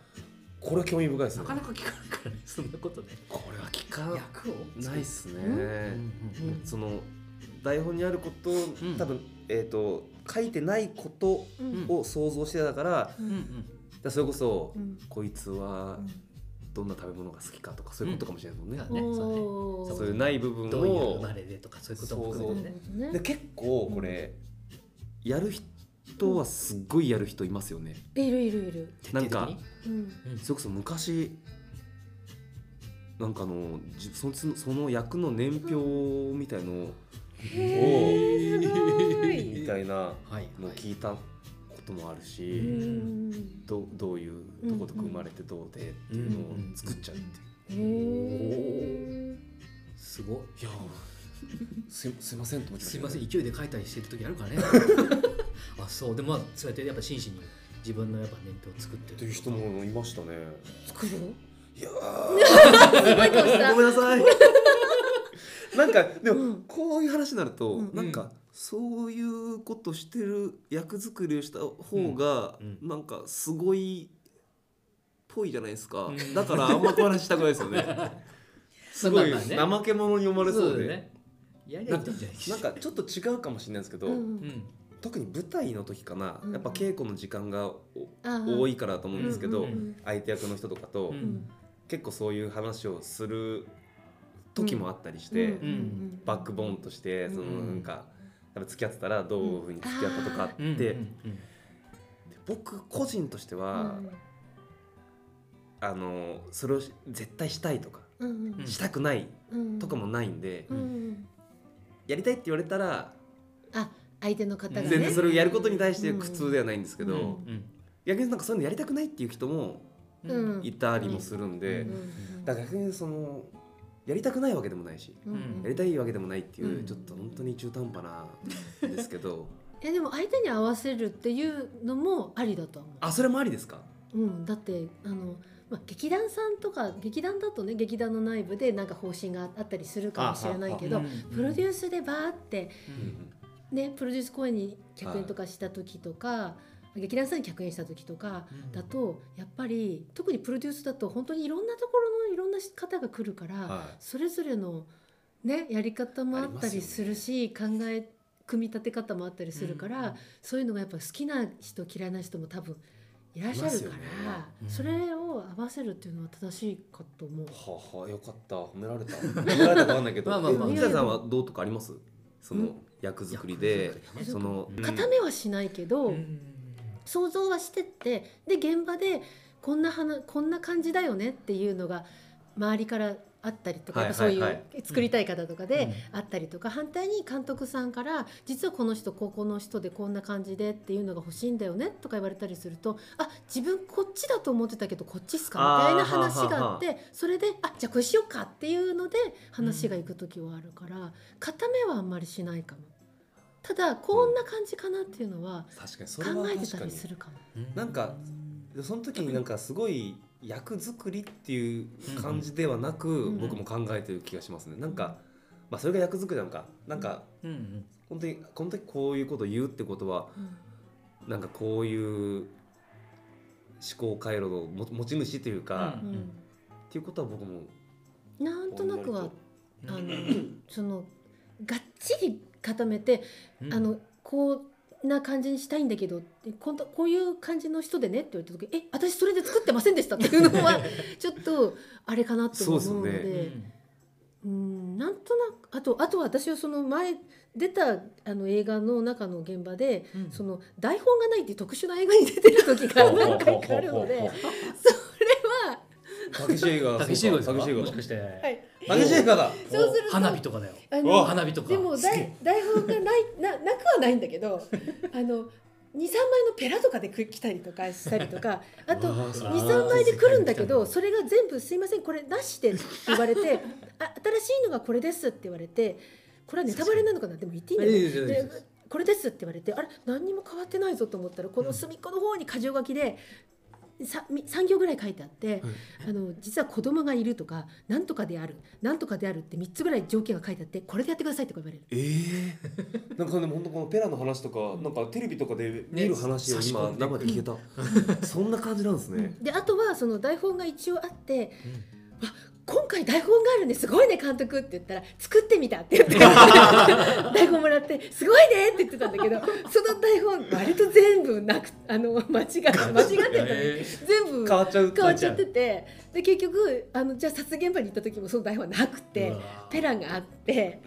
Speaker 2: これは興味深いです
Speaker 1: な
Speaker 2: ね
Speaker 1: かなか聞かないからねそんなことね
Speaker 2: これは聞か
Speaker 1: 役を
Speaker 2: ないっすね、
Speaker 1: うんうんうん
Speaker 2: その台本にあることを
Speaker 1: ん
Speaker 2: 多分、えっ、と書いてないこと
Speaker 3: ううん
Speaker 2: を想像してたからだか
Speaker 3: う
Speaker 1: うん
Speaker 3: ん
Speaker 2: らそれこそ、
Speaker 3: うん
Speaker 2: こいつはどんな食べ物が好きかとかそういうことかもしれないもんね、
Speaker 1: うんね
Speaker 3: おー
Speaker 1: そ
Speaker 2: そういうない部
Speaker 1: う
Speaker 2: 分
Speaker 1: んどういう
Speaker 2: を
Speaker 1: 生まれでとかそういうことも含めてね
Speaker 3: なるほど
Speaker 2: で
Speaker 3: ね
Speaker 2: 結構これ、やる人はすっごいやる人いますよね、
Speaker 3: いるいるいる。
Speaker 1: 徹底的に
Speaker 2: なんか
Speaker 3: うん
Speaker 1: うん
Speaker 2: それこそ昔なんかあのじそのその役の年表みたいのを、
Speaker 3: へーすごい
Speaker 2: みたいな
Speaker 1: はいはい
Speaker 2: のを聞いたこともあるし、
Speaker 3: うん
Speaker 2: どうどういうどことく生まれてどうでっていうのを作っちゃうっていう、
Speaker 3: へー
Speaker 1: すごい
Speaker 2: いやーすいすいませんと思って
Speaker 1: す
Speaker 2: たけ
Speaker 1: い
Speaker 2: ど
Speaker 1: ません勢いで書いたりしてる時あるから
Speaker 2: (laughs)
Speaker 1: ねあそうでもまあそうやってやっぱ真摯に自分のやっぱ年表を作ってる
Speaker 2: っていう人もいましたね
Speaker 3: 作る？
Speaker 2: いや
Speaker 3: すごい顔した
Speaker 2: ーごめんなさいなんかで
Speaker 3: う
Speaker 2: も
Speaker 3: ん
Speaker 2: こういう話になると、
Speaker 3: うん
Speaker 2: なんかそういうことしてる役作りをした方が、
Speaker 1: うん
Speaker 2: なんかすごいっぽいじゃないですか、
Speaker 1: うん
Speaker 2: だからあんまこういう話したくないですよねすごい
Speaker 1: まあまあね
Speaker 2: 怠け者に読まれそうで
Speaker 1: だねやりゃいいんじゃない
Speaker 2: なんかちょっと違うかもしれないですけど、
Speaker 3: うん
Speaker 1: うん
Speaker 2: 特に舞台の時かな、
Speaker 3: うん
Speaker 2: やっぱ稽古の時間がお
Speaker 3: あー
Speaker 2: 多いからだと思うんですけど、
Speaker 1: うんうんうん
Speaker 2: 相手役の人とかと、
Speaker 1: う
Speaker 3: うんん
Speaker 2: 結構そういう話をする時もあったりして、
Speaker 3: うんうん
Speaker 2: バックボーンとしてその
Speaker 1: うん
Speaker 2: なんか、やっぱ付き合ってたらどういうふうに付き合ったとかあって、
Speaker 1: うん
Speaker 2: で
Speaker 1: うん
Speaker 2: 僕個人としては、あのそれをし絶対したいとか、
Speaker 3: うん
Speaker 1: うん
Speaker 2: したくない
Speaker 3: うん
Speaker 2: とかもないんで、
Speaker 3: うんうん
Speaker 2: やりたいって言われたら、
Speaker 3: あ相手の方がね
Speaker 2: 全然それをやることに対して苦痛ではないんですけど、
Speaker 1: うん
Speaker 2: 逆になんかそういうのやりたくないっていう人も
Speaker 1: うんうん
Speaker 3: うん
Speaker 2: いたりもするんで、
Speaker 1: うん
Speaker 2: だから逆にそのやりたくないわけでもないし
Speaker 3: うんうん
Speaker 2: やりたいわけでもないっていう、
Speaker 1: うん
Speaker 2: ちょっと本当に中途半端なんですけど (laughs)
Speaker 3: えでも相手に合わせるっていうのもありだとは思う
Speaker 2: あそれもありですか
Speaker 3: うん、だってあの、まあ、劇団さんとか劇団だとね劇団の内部でなんか方針があったりするかもしれないけどプロデュースでバーって、ね、プロデュース公演に客演とかした時とか劇団さんに客演した時とか
Speaker 1: うん
Speaker 3: だとやっぱり特にプロデュースだと本当にいろんなところのいろんな方が来るから、
Speaker 2: はい
Speaker 3: それぞれの、ね、やり方もあった
Speaker 2: あり
Speaker 3: り
Speaker 2: ます
Speaker 3: す
Speaker 2: よね
Speaker 3: るし考え組み立て方もあったりするか
Speaker 1: う
Speaker 3: ら、
Speaker 1: ん
Speaker 3: そういうのがやっぱ好きな人嫌いな人も多分いらっしゃるから、
Speaker 2: い
Speaker 1: ます
Speaker 3: そ
Speaker 1: よね
Speaker 3: れを合わせるっていうのは正しいかと思う。
Speaker 2: はあ、はあ、よかった褒められ (laughs) た褒められたかわかんないけど
Speaker 1: まあまあまあ
Speaker 2: え藤田さんはどうとかありますそうの役作りで
Speaker 1: 役作りね
Speaker 2: そのうん
Speaker 3: 固めはしないけど、
Speaker 1: うん
Speaker 3: 想像はしてってで現場でこんな話こんな感じだよねっていうのが周りからあったりとか、
Speaker 2: はい
Speaker 3: やっぱそうい
Speaker 2: はいは
Speaker 3: う作りたい方とか
Speaker 1: うん
Speaker 3: であったりとか、反対に監督さんから実はこの人ここの人でこんな感じでっていうのが欲しいんだよねとか言われたりするとあ自分こっちだと思ってたけどこっちっすかみたいな話があってそれであじゃあこれしようかっていうので話がいく時はあるから、固めはあんまりしないかも。ただこんな感じかなっていうのは
Speaker 2: 確かにそ
Speaker 3: 考
Speaker 2: れは
Speaker 3: えて
Speaker 2: 確
Speaker 3: た
Speaker 2: か
Speaker 3: り
Speaker 2: に
Speaker 3: するかも。
Speaker 1: うん
Speaker 2: なんかでその時になんかすごい役作りっていう感じではなく、
Speaker 3: うん
Speaker 2: 僕も考えてる気がしますねなんか、まあ、それが役作りなのかなんか
Speaker 1: うんうん
Speaker 2: 本当にこの時こういうことを言うってことは
Speaker 3: うん
Speaker 2: なんかこういう思考回路のも持ち主というか、
Speaker 1: う
Speaker 3: うんん
Speaker 2: っていうことは僕も
Speaker 3: なんとなくは
Speaker 1: うん
Speaker 3: あのそのがっちり固めて、
Speaker 1: うん
Speaker 3: あのこんな感じにしたいんだけどってこんとこういう感じの人でねって言われた時「え私それで作ってませんでした」っていうのはちょっとあれかなって思う
Speaker 2: そう
Speaker 3: の
Speaker 2: です
Speaker 3: で
Speaker 2: よ
Speaker 1: うん
Speaker 3: うんなんとなくあとあとは私はその前出たあの映画の中の現場で、
Speaker 1: うん
Speaker 3: その台本がないっていう特殊な映画に出てる時 (laughs) が何回かあるのでそれは。
Speaker 2: たけし映画
Speaker 1: タケシーゴですか
Speaker 2: たけし映画
Speaker 1: もしかして
Speaker 3: はい
Speaker 2: たけし映画だ
Speaker 3: そうすると
Speaker 1: 花火とかだよ
Speaker 3: あ
Speaker 2: うわ
Speaker 1: 花火とか
Speaker 3: でも
Speaker 1: すげえ
Speaker 3: 台台本がない (laughs) ななくはないんだけどあの23枚のペラとかでく来たりとかしたりとかあと
Speaker 2: うわーすごい
Speaker 3: 23枚で来るんだけどそれが全部「すいませんこれなしで」って言われて「あ新しいのがこれです」って言われてこれはネタバレなのかなでも言っていいんだよね
Speaker 1: いいですよいいですよ
Speaker 3: でこれですって言われてあれ何にも変わってないぞと思ったらこの隅っこの方に箇条書きでさみ3行ぐらい書いてあって、
Speaker 2: はい
Speaker 3: あの実は子供がいるとかなんとかであるなんとかであるって3つぐらい条件が書いてあってこれでやってくださいとか言われる
Speaker 2: えー、 (laughs) なんかでも本当このペラの話とかなんかテレビとかで見る話を
Speaker 1: ね
Speaker 2: 今生で聞けた、そんな感じなんですね、
Speaker 3: であとはその台本が一応あって今回台本があるんですごいね監督って言ったら作ってみたって言って (laughs) 台本もらってすごいねって言ってたんだけどその台本割と全部なくあの間違って間違ってた、
Speaker 1: え
Speaker 3: 全部
Speaker 2: 変わっちゃう
Speaker 3: 変わっちゃっててで結局あのじゃあ撮影現場に行った時もその台本はなく
Speaker 1: ー
Speaker 3: て
Speaker 1: うわー
Speaker 3: ペランがあって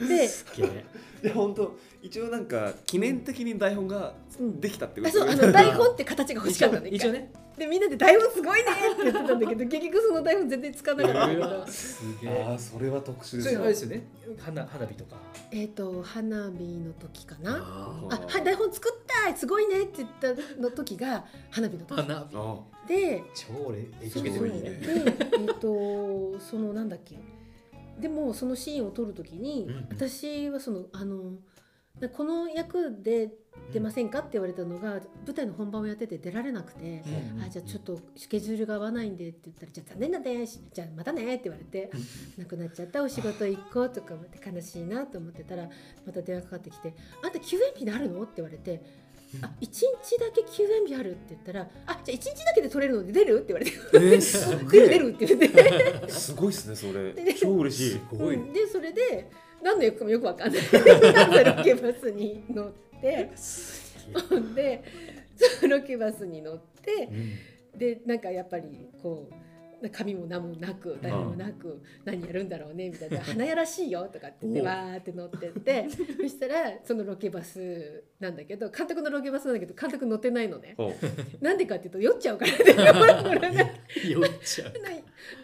Speaker 3: で、
Speaker 1: すげえ
Speaker 2: いや本当一応なんか記念的に台本が
Speaker 3: うん
Speaker 2: できたってこ
Speaker 3: あ
Speaker 2: と
Speaker 3: そうあの台本って形が欲しかったの
Speaker 1: 一応ね
Speaker 3: でみんなで「台本すごいね!」って言ってたんだけど結局その台本全然つかなかったんだけど
Speaker 1: すげ
Speaker 2: あ
Speaker 1: え
Speaker 2: あそれは特殊で
Speaker 1: そ
Speaker 2: す
Speaker 1: れあれ
Speaker 2: ね
Speaker 1: ですよね花花火とか
Speaker 3: えっと花火の時かな
Speaker 1: あ
Speaker 3: あはい台本作ったすごいねって言ったの時が花火の
Speaker 1: ー
Speaker 3: 時
Speaker 1: 花火
Speaker 2: あ
Speaker 3: で
Speaker 1: 超れ影
Speaker 3: そ
Speaker 1: 響受け
Speaker 3: うで
Speaker 1: て
Speaker 2: ご
Speaker 1: る
Speaker 2: い
Speaker 1: いいね
Speaker 2: ね
Speaker 3: でえっとそのなんだっけでもそのシーンを撮る時に、
Speaker 1: うんうん
Speaker 3: 私はそのあのなこの役で出ませんかって言われたのが、舞台の本番をやってて出られなくて。
Speaker 1: うんうん
Speaker 3: あじゃあちょっとスケジュールが合わないんでって言ったら「じゃあ残念だねしじゃあまたね」って言われて「なくなっちゃったお仕事行こう」とか思って悲しいなと思ってたらまた電話かかってきて「あんた休園日にあるの?」って言われて「あ一日だけ休園日ある」って言ったら「あじゃあ一日だけで取れるので出る?」って言われて
Speaker 2: え
Speaker 3: 「
Speaker 2: す
Speaker 3: (laughs) 出る出る」って言って
Speaker 2: すごいですねそれ
Speaker 3: で
Speaker 2: 超嬉しい
Speaker 1: すごい
Speaker 3: うんでそれで何の役かもよくわかん
Speaker 1: (laughs)
Speaker 3: ないなんかロケバスに乗って
Speaker 1: すげえ
Speaker 3: ほんでそのロケバスに乗って。
Speaker 1: うん
Speaker 3: でなんかやっぱりこう紙も何もなく台本もなく、何やるんだろうねみたいな「花やらしいよ」とかって言って
Speaker 1: おう
Speaker 3: わーって乗ってってそしたらそのロケバスなんだけど監督のロケバスなんだけど監督乗ってないのね
Speaker 2: お
Speaker 3: なんでかっていうと酔っちゃうからって酔らない
Speaker 1: 酔っちゃう
Speaker 3: (laughs)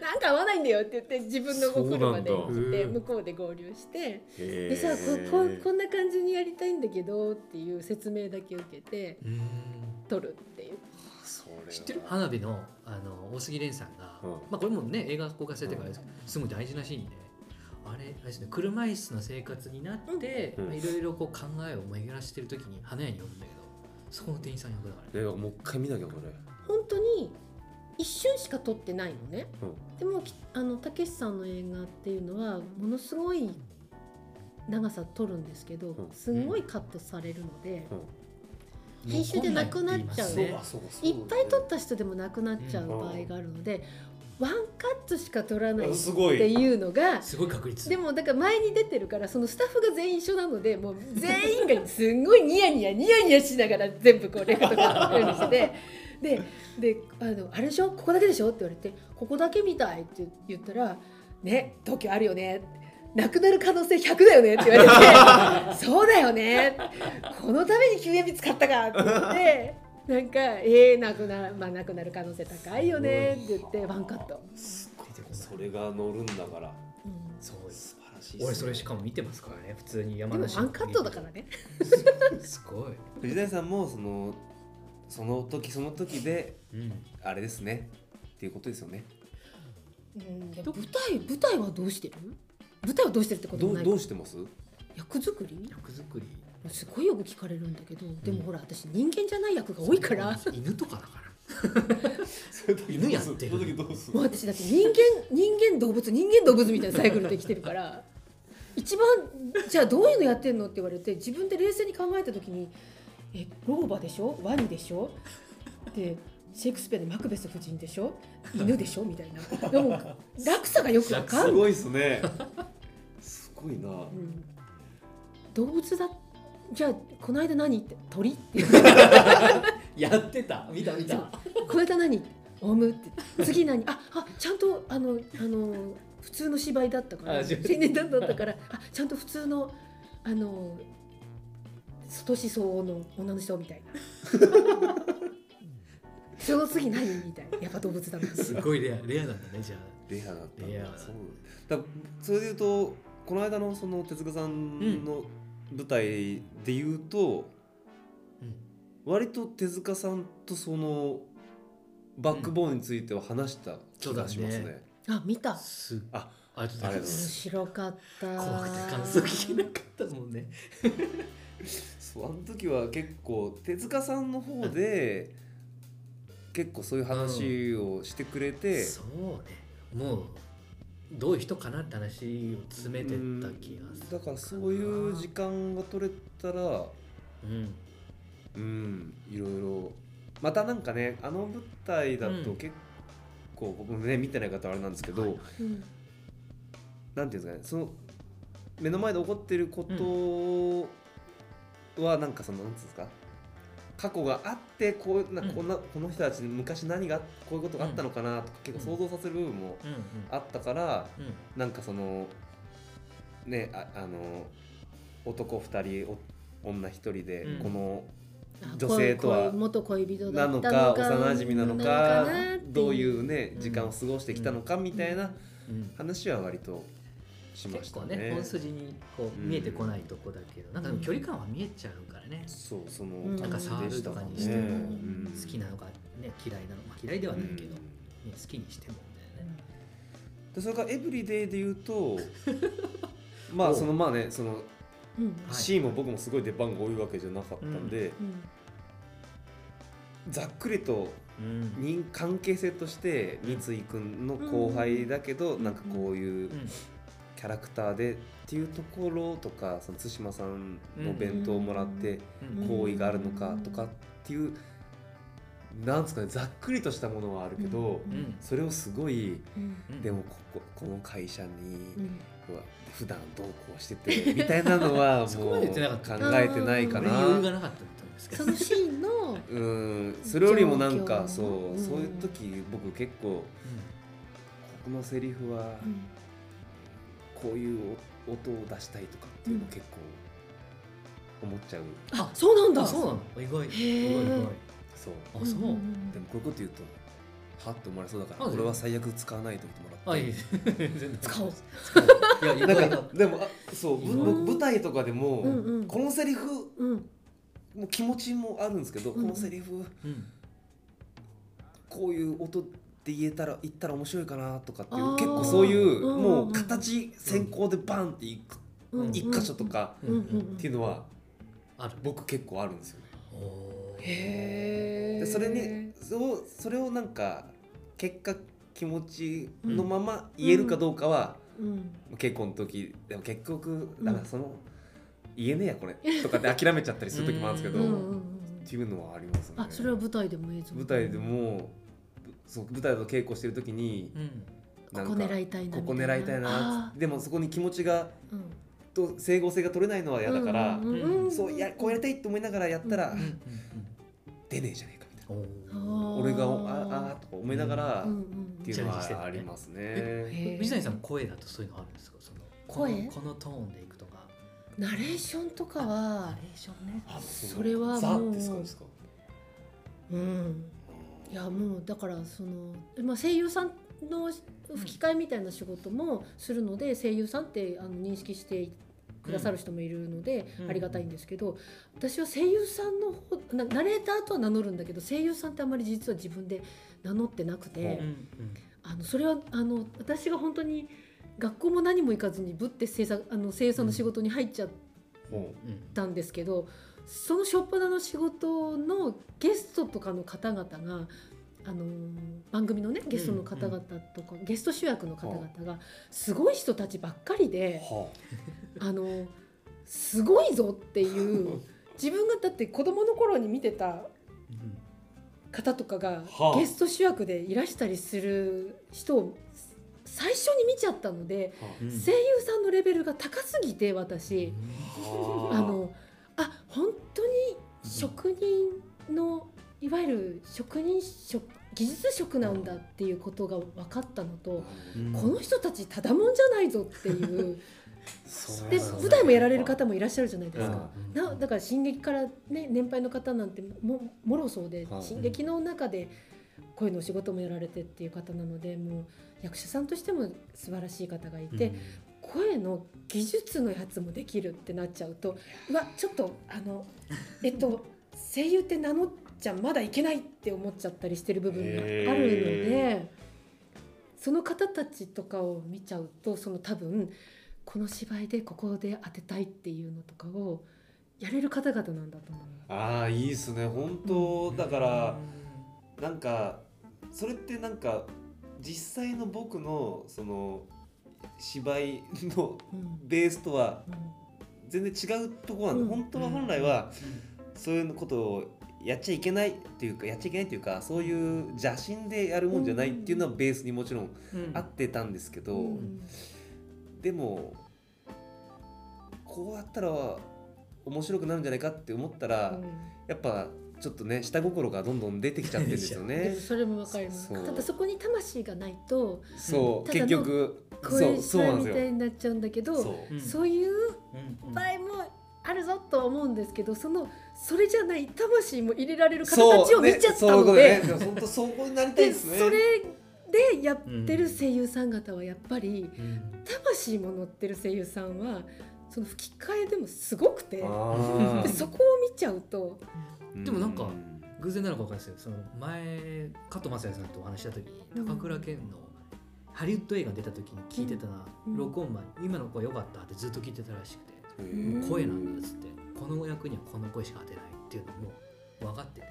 Speaker 3: なんか合わないんだよって言って自分のお車で
Speaker 2: そう
Speaker 1: なん
Speaker 3: 来
Speaker 1: だ
Speaker 3: て
Speaker 1: うん
Speaker 3: 向こうで合流して
Speaker 2: へ
Speaker 3: でさこここんな感じにやりたいんだけどっていう説明だけ受けて
Speaker 1: うん
Speaker 3: 撮るっていう。
Speaker 1: 知ってる花火のあの大杉蓮さんが、
Speaker 2: うん
Speaker 1: まあ、これもね映画公開されてからですけど、すごい大事なシーンであれあれです、ね、車椅子の生活になって、
Speaker 2: うん
Speaker 1: まあいろいろこう考えを巡らしてる時に花屋に呼ぶんだけどそこの店員さん役だからね
Speaker 2: 映画もう一回見なきゃこれ
Speaker 3: 本当に一瞬しか撮ってないのね、
Speaker 2: うん
Speaker 3: でもきあのたけしさんの映画っていうのはものすごい長さ撮るんですけど、
Speaker 2: うん
Speaker 3: すごいカットされるので、編集
Speaker 1: も
Speaker 3: で
Speaker 1: う
Speaker 3: なくなっちゃ
Speaker 1: 本来
Speaker 3: う
Speaker 1: って言いますね
Speaker 2: そ
Speaker 3: ね
Speaker 2: うかそ
Speaker 3: いっぱい撮った人でもなくなっちゃう場合があるので、ワンカットしか撮らないっ
Speaker 2: すご
Speaker 3: て
Speaker 2: い
Speaker 3: いうのが。
Speaker 1: すごい確率
Speaker 3: でもだから前に出てるからそのスタッフが全員一緒なのでもう (laughs) 全員がすんごいニヤニヤニヤニヤしながら全部こうレクとかをしてでであの「あれでしょここだけでしょ?」って言われて「ここだけみたい」って言ったら「ね東京あるよね」なくなる可能性100だよねって言われて「そうだよねこのために休園日使ったか」って言ってなんか「えー、なくな,、まあ、なくなる可能性高いよね」って言ってワンカット。
Speaker 2: それが乗るんだから
Speaker 3: うん
Speaker 1: そうです
Speaker 2: 素晴らしいっすね
Speaker 1: 俺それしかも見てますからね普通に
Speaker 3: で
Speaker 1: 山
Speaker 3: も
Speaker 1: 梨
Speaker 3: ワンカットだからね。
Speaker 1: らすごい、
Speaker 2: 藤谷さんもそのその時その時で
Speaker 1: うん、
Speaker 2: あれですねっていうことですよね
Speaker 3: うんでも舞台舞台はどうしてる舞台はどうしてるってこと
Speaker 2: ど
Speaker 3: も
Speaker 2: う
Speaker 3: ない
Speaker 2: ど
Speaker 3: か
Speaker 2: うしてます
Speaker 3: 役作り
Speaker 1: 役作り
Speaker 3: すごいよく聞かれるんだけど、でもほら私人間じゃない役が多いからも
Speaker 1: 犬とかだから
Speaker 2: 犬
Speaker 1: 犬やってる
Speaker 2: その時どうす
Speaker 3: う私だって人間人間動物人間動物みたいなサイクルで生きてるから一番じゃあどういうのやってんのって言われて自分で冷静に考えた時に「え老婆でしょワニでしょ?」でシェイクスピアでマクベス夫人でしょ犬でしょみたいなでも落差がよくわ
Speaker 2: す
Speaker 3: かんない
Speaker 2: ごいですねすごいな
Speaker 3: うん動物だじゃあこの間何って鳥って
Speaker 1: やってた見た見 (laughs)
Speaker 3: そうこの間何オウムって次何ああちゃんとあのあの普通の芝居だったか
Speaker 1: あ
Speaker 3: ら
Speaker 1: 自
Speaker 3: 青
Speaker 1: 分
Speaker 3: 年団だったからあちゃんと普通のあの年相応の女の人みたいな
Speaker 1: (laughs)
Speaker 3: その次何みたいなやっぱ動物だな
Speaker 1: すごいレアレアなんだねじゃあ
Speaker 2: レアだったん
Speaker 1: レア
Speaker 2: だそうだそれで言うとこの間のその哲学さんの舞台で言うと、
Speaker 1: うん
Speaker 2: 割と手塚さんとそのバックボーンについては話した気がしますね,、
Speaker 1: うんそうだ
Speaker 3: あ見た
Speaker 1: す
Speaker 2: あ
Speaker 1: ありがとうござい
Speaker 2: ありがとうございま
Speaker 1: ますす
Speaker 3: 面白かった
Speaker 1: 怖くて感想聞けなかったもんね
Speaker 2: そうあの時は結構手塚さんの方で結構そういう話をしてくれて、
Speaker 1: そうねもうどういう人かなって話を詰めてった気がす
Speaker 2: だ
Speaker 1: る
Speaker 2: からそういう時間が取れたら
Speaker 1: うん
Speaker 2: うんいろいろまたなんかねあの舞台だ
Speaker 1: う
Speaker 2: と
Speaker 1: ん
Speaker 2: 結構、僕もね見てない方はあれなんですけど、
Speaker 1: はいはい
Speaker 3: うん
Speaker 2: なんていうんですかねその目の前で起こってることは、なんかそのなんていうんですか過去があってこうな
Speaker 1: うん
Speaker 2: こんな、この人たちに昔何がこういうことがあったのかなとか、結構想像させる部分も
Speaker 1: うん
Speaker 2: あったから、
Speaker 1: うん
Speaker 2: なんかそのねああの男2人お女1人で、
Speaker 1: うん
Speaker 2: この
Speaker 3: あ
Speaker 2: 女性とは
Speaker 3: 恋恋元恋人だ
Speaker 2: な
Speaker 3: った
Speaker 2: のか
Speaker 3: のか
Speaker 2: 幼馴染なのか
Speaker 3: なのかなって
Speaker 2: どういうね
Speaker 1: うん
Speaker 2: 時間を過ごしてきたのかみたいな
Speaker 1: うん
Speaker 2: 話は割としま
Speaker 1: 結
Speaker 2: した
Speaker 1: 構
Speaker 2: ね。
Speaker 1: ね本筋にこう
Speaker 2: うん
Speaker 1: 見えてこないとこだけど、なんかでも距離感は見えちゃうからね、
Speaker 2: そうその
Speaker 3: うん
Speaker 1: な
Speaker 2: 感じでした
Speaker 1: んか触るとかに
Speaker 3: しても
Speaker 2: うん
Speaker 1: 好きなのか、ね、嫌いなの、まあ、嫌いではないけど、ね、
Speaker 2: う
Speaker 1: 好きにしてもみたいなね
Speaker 2: んでそれからエブリデイで言う
Speaker 1: (laughs)
Speaker 2: とまあ
Speaker 1: お
Speaker 2: そのまあねその
Speaker 3: うん
Speaker 1: はい
Speaker 2: シーンも僕もすごい出番が多いわけじゃなかったんで、
Speaker 3: うん
Speaker 2: ざっくりと
Speaker 1: うん
Speaker 2: 人関係性として三井君の後輩だけど、
Speaker 3: うん
Speaker 2: なんかこういう
Speaker 1: うん
Speaker 2: キャラクターでっていうところとかその対馬さんの弁当をもらって
Speaker 1: うん
Speaker 2: 好意があるのかとかっていう、なんですかねざっくりとしたものはあるけど、
Speaker 3: うん
Speaker 1: うん
Speaker 2: それをすごい
Speaker 3: うん
Speaker 1: うん
Speaker 2: でもこここの会社に、
Speaker 3: うん
Speaker 2: うわ普段どうこうしててみたいなのは
Speaker 1: (laughs) そこ
Speaker 2: も
Speaker 1: ま
Speaker 2: う
Speaker 1: で
Speaker 2: 考
Speaker 1: 言ってなかった
Speaker 2: えてないか
Speaker 1: 俺
Speaker 2: な
Speaker 1: に余裕がなかったみたいですけど
Speaker 3: そのシーンの
Speaker 2: うんそれよりもなん
Speaker 3: 状況
Speaker 2: か
Speaker 3: の
Speaker 2: そう、
Speaker 3: うん
Speaker 2: そういう時僕結構ここのセリフは
Speaker 3: うん
Speaker 2: こういうお音を出したいとかっていうの結構思っちゃう、
Speaker 1: あ
Speaker 3: そうなん
Speaker 1: うん、
Speaker 3: だ
Speaker 1: あそうなの意外
Speaker 3: へ
Speaker 1: 意外
Speaker 3: ー
Speaker 1: 意外
Speaker 2: そう
Speaker 1: あそう、
Speaker 3: んん
Speaker 2: でもこういうこと言うとはって思われそうだから
Speaker 1: あ
Speaker 2: これは最悪使わないと言ってもらっ
Speaker 1: あ
Speaker 2: て
Speaker 1: いい全然
Speaker 3: 使おう
Speaker 1: いや意
Speaker 2: な
Speaker 1: 外
Speaker 2: ん
Speaker 1: だ
Speaker 2: かでもあそう
Speaker 1: うん
Speaker 2: 僕舞台とかでも、
Speaker 3: うんうん
Speaker 2: このセリフ
Speaker 3: うんうん
Speaker 2: もう気持ちもあるんですけど、
Speaker 3: うん
Speaker 2: このセリフ
Speaker 1: うん
Speaker 2: こういう音で言えたら言ったら面白いかなとかってい
Speaker 3: あ
Speaker 2: う
Speaker 3: ー
Speaker 2: 結構そういう、
Speaker 3: うん
Speaker 2: もう形先行でバンっていく、
Speaker 3: うんうん
Speaker 2: 一箇所とか
Speaker 3: うんうん
Speaker 2: っていうのは
Speaker 1: ある
Speaker 2: 僕結構あるんですよね。
Speaker 1: おー
Speaker 3: へ
Speaker 2: で
Speaker 3: え
Speaker 2: それにそうそれをなんか結果気持ちのまま言えるかどうかは、
Speaker 3: うん
Speaker 2: 結婚の時でも結局
Speaker 3: うん
Speaker 2: だからその、言えねえやこれとかって諦めちゃったりする時もあるんですけ
Speaker 3: うん
Speaker 2: ど、
Speaker 3: う
Speaker 2: っ
Speaker 3: んうん
Speaker 2: ていうのはありますね。
Speaker 3: あそれは舞台でも映像
Speaker 2: 舞台でもぶそう舞台の稽古してる時に
Speaker 1: うん
Speaker 2: なん
Speaker 3: ここ
Speaker 2: か
Speaker 3: 狙いたいな
Speaker 2: ここ狙いたいな
Speaker 3: あ
Speaker 2: でもそこに気持ちが
Speaker 3: ーうん
Speaker 2: と整合性が取れないのは嫌だから、
Speaker 3: んんん
Speaker 2: そういやこうやりたいと思いながらやったら、
Speaker 3: う
Speaker 1: うんん
Speaker 2: 出ねえじゃねえかみたい
Speaker 1: うんうん
Speaker 2: な
Speaker 3: あー
Speaker 2: 俺がああーとか思いながら、
Speaker 3: うん
Speaker 2: っ
Speaker 3: うん
Speaker 2: ていうのはありますね。
Speaker 1: おー水谷さん声だとそういうのあるんですかそのこの
Speaker 3: 声
Speaker 1: このトーンでいくとか
Speaker 3: ナレーションとか
Speaker 1: ナ
Speaker 3: は
Speaker 1: レーションね
Speaker 2: あそう
Speaker 3: それは
Speaker 2: ザ
Speaker 3: もう
Speaker 2: ってそうですか。
Speaker 3: うんいやもうだからその、まあ、声優さんの吹き替えみたいな仕事もするので声優さんってあの認識してくださる人もいるので
Speaker 1: うん
Speaker 3: ありがたいんですけど、私は声優さんの方なナレーターとは名乗るんだけど声優さんってあまり実は自分で名乗ってなくて。
Speaker 2: うん
Speaker 3: あのそれはあの私が本当に学校も何も行かずにぶって制作あの声優さんの仕事に入っちゃっ
Speaker 2: ほ
Speaker 1: うんうん
Speaker 3: たんですけど、その初っ端の仕事のゲストとかの方々が。あのー番組のねゲストの方々とか、ゲスト主役の方々がすごい人たちばっかり
Speaker 2: う
Speaker 3: で、
Speaker 2: は
Speaker 3: あのーすごいぞっていう自分がだって子供の頃に見てた
Speaker 1: うん
Speaker 3: 方とかが
Speaker 2: はあ
Speaker 3: ゲスト主役でいらしたりする人を最初に見ちゃったので、
Speaker 2: あは
Speaker 1: うん
Speaker 3: 声優さんのレベルが高すぎて私
Speaker 2: あ
Speaker 3: あのあ本当に職人のいわゆる職人職技術職なんだっていうことが分かったのと、
Speaker 1: うん
Speaker 3: この人たちただもんじゃないぞっていう
Speaker 2: そう
Speaker 3: で
Speaker 2: そう
Speaker 3: 舞台もやられる方もいらっしゃるじゃないですか。
Speaker 2: うん
Speaker 3: なだから進撃から、ね、年配の方なんてももろそうで、
Speaker 2: はい
Speaker 3: 進撃の中で声のお仕事もやられてっていう方なのでもう役者さんとしても素晴らしい方がいて、声の技術のやつもできるってなっちゃうとうわちょっとあのえっと声優って名乗っちゃまだいけないって思っちゃったりしてる部分があるの
Speaker 2: へ
Speaker 3: でその方たちとかを見ちゃうとその多分この芝居でここで当てたいっていうのとかをやれる方々なんだと思う。
Speaker 2: あーいいですね本当、
Speaker 1: うん
Speaker 2: だからなんかそれってなんか実際の僕のその芝居の (laughs)
Speaker 3: うん
Speaker 2: ベースとは
Speaker 3: うん
Speaker 2: 全然違うところなんで、
Speaker 3: うん
Speaker 2: 本当は本来はそういうことをやっちゃいけないっていうかやっちゃいけないっていうかそういう邪心でやるもんじゃないっていうのはベースにもちろん
Speaker 1: うん
Speaker 2: 合ってたんですけど、
Speaker 3: うん
Speaker 2: でもこうやったら面白くなるんじゃないかって思ったら、やっぱちょっとね下心がどんどん出てきちゃってるんですよ
Speaker 3: でも
Speaker 2: ね。
Speaker 3: それもわかります
Speaker 2: そう
Speaker 3: ただそこに魂がないと
Speaker 2: そう
Speaker 3: ただ
Speaker 2: 結
Speaker 3: の
Speaker 2: 局
Speaker 3: こう
Speaker 2: そ
Speaker 3: いうう
Speaker 2: そう
Speaker 3: 芝
Speaker 2: な
Speaker 3: 居
Speaker 2: ん
Speaker 3: み
Speaker 2: で
Speaker 3: た
Speaker 2: すよ。
Speaker 3: いになっちゃうんだけど
Speaker 2: そ
Speaker 1: うん
Speaker 3: そういう
Speaker 1: うんうん
Speaker 3: 場合もあるぞと思うんですけどそのそれじゃない魂も入れられる
Speaker 2: うそう
Speaker 3: 形を見
Speaker 2: ね
Speaker 3: ちゃった
Speaker 2: そういうこ
Speaker 3: の
Speaker 2: と
Speaker 3: で
Speaker 2: ね。でも本当そうこになりたい
Speaker 3: で
Speaker 2: ですね。
Speaker 3: それでやってる声優さん方はやっぱり
Speaker 1: うん
Speaker 3: 魂も乗ってる声優さんはその吹き替えでもすごくて
Speaker 2: あー
Speaker 3: でそこを見ちゃうと
Speaker 1: でもなんか
Speaker 2: う
Speaker 1: 偶然なのかわかんないですけどその前加藤雅也さんとお話しした時に
Speaker 3: うん
Speaker 1: 高倉健のハリウッド映画出た時に聞いてたな、
Speaker 3: うん
Speaker 1: 録音前今の声良かったってずっと聞いてたらしくて、
Speaker 2: へ
Speaker 3: うん
Speaker 2: ー
Speaker 1: 声なんだっつってこの役にはこの声しか当てないっていうのも分かってて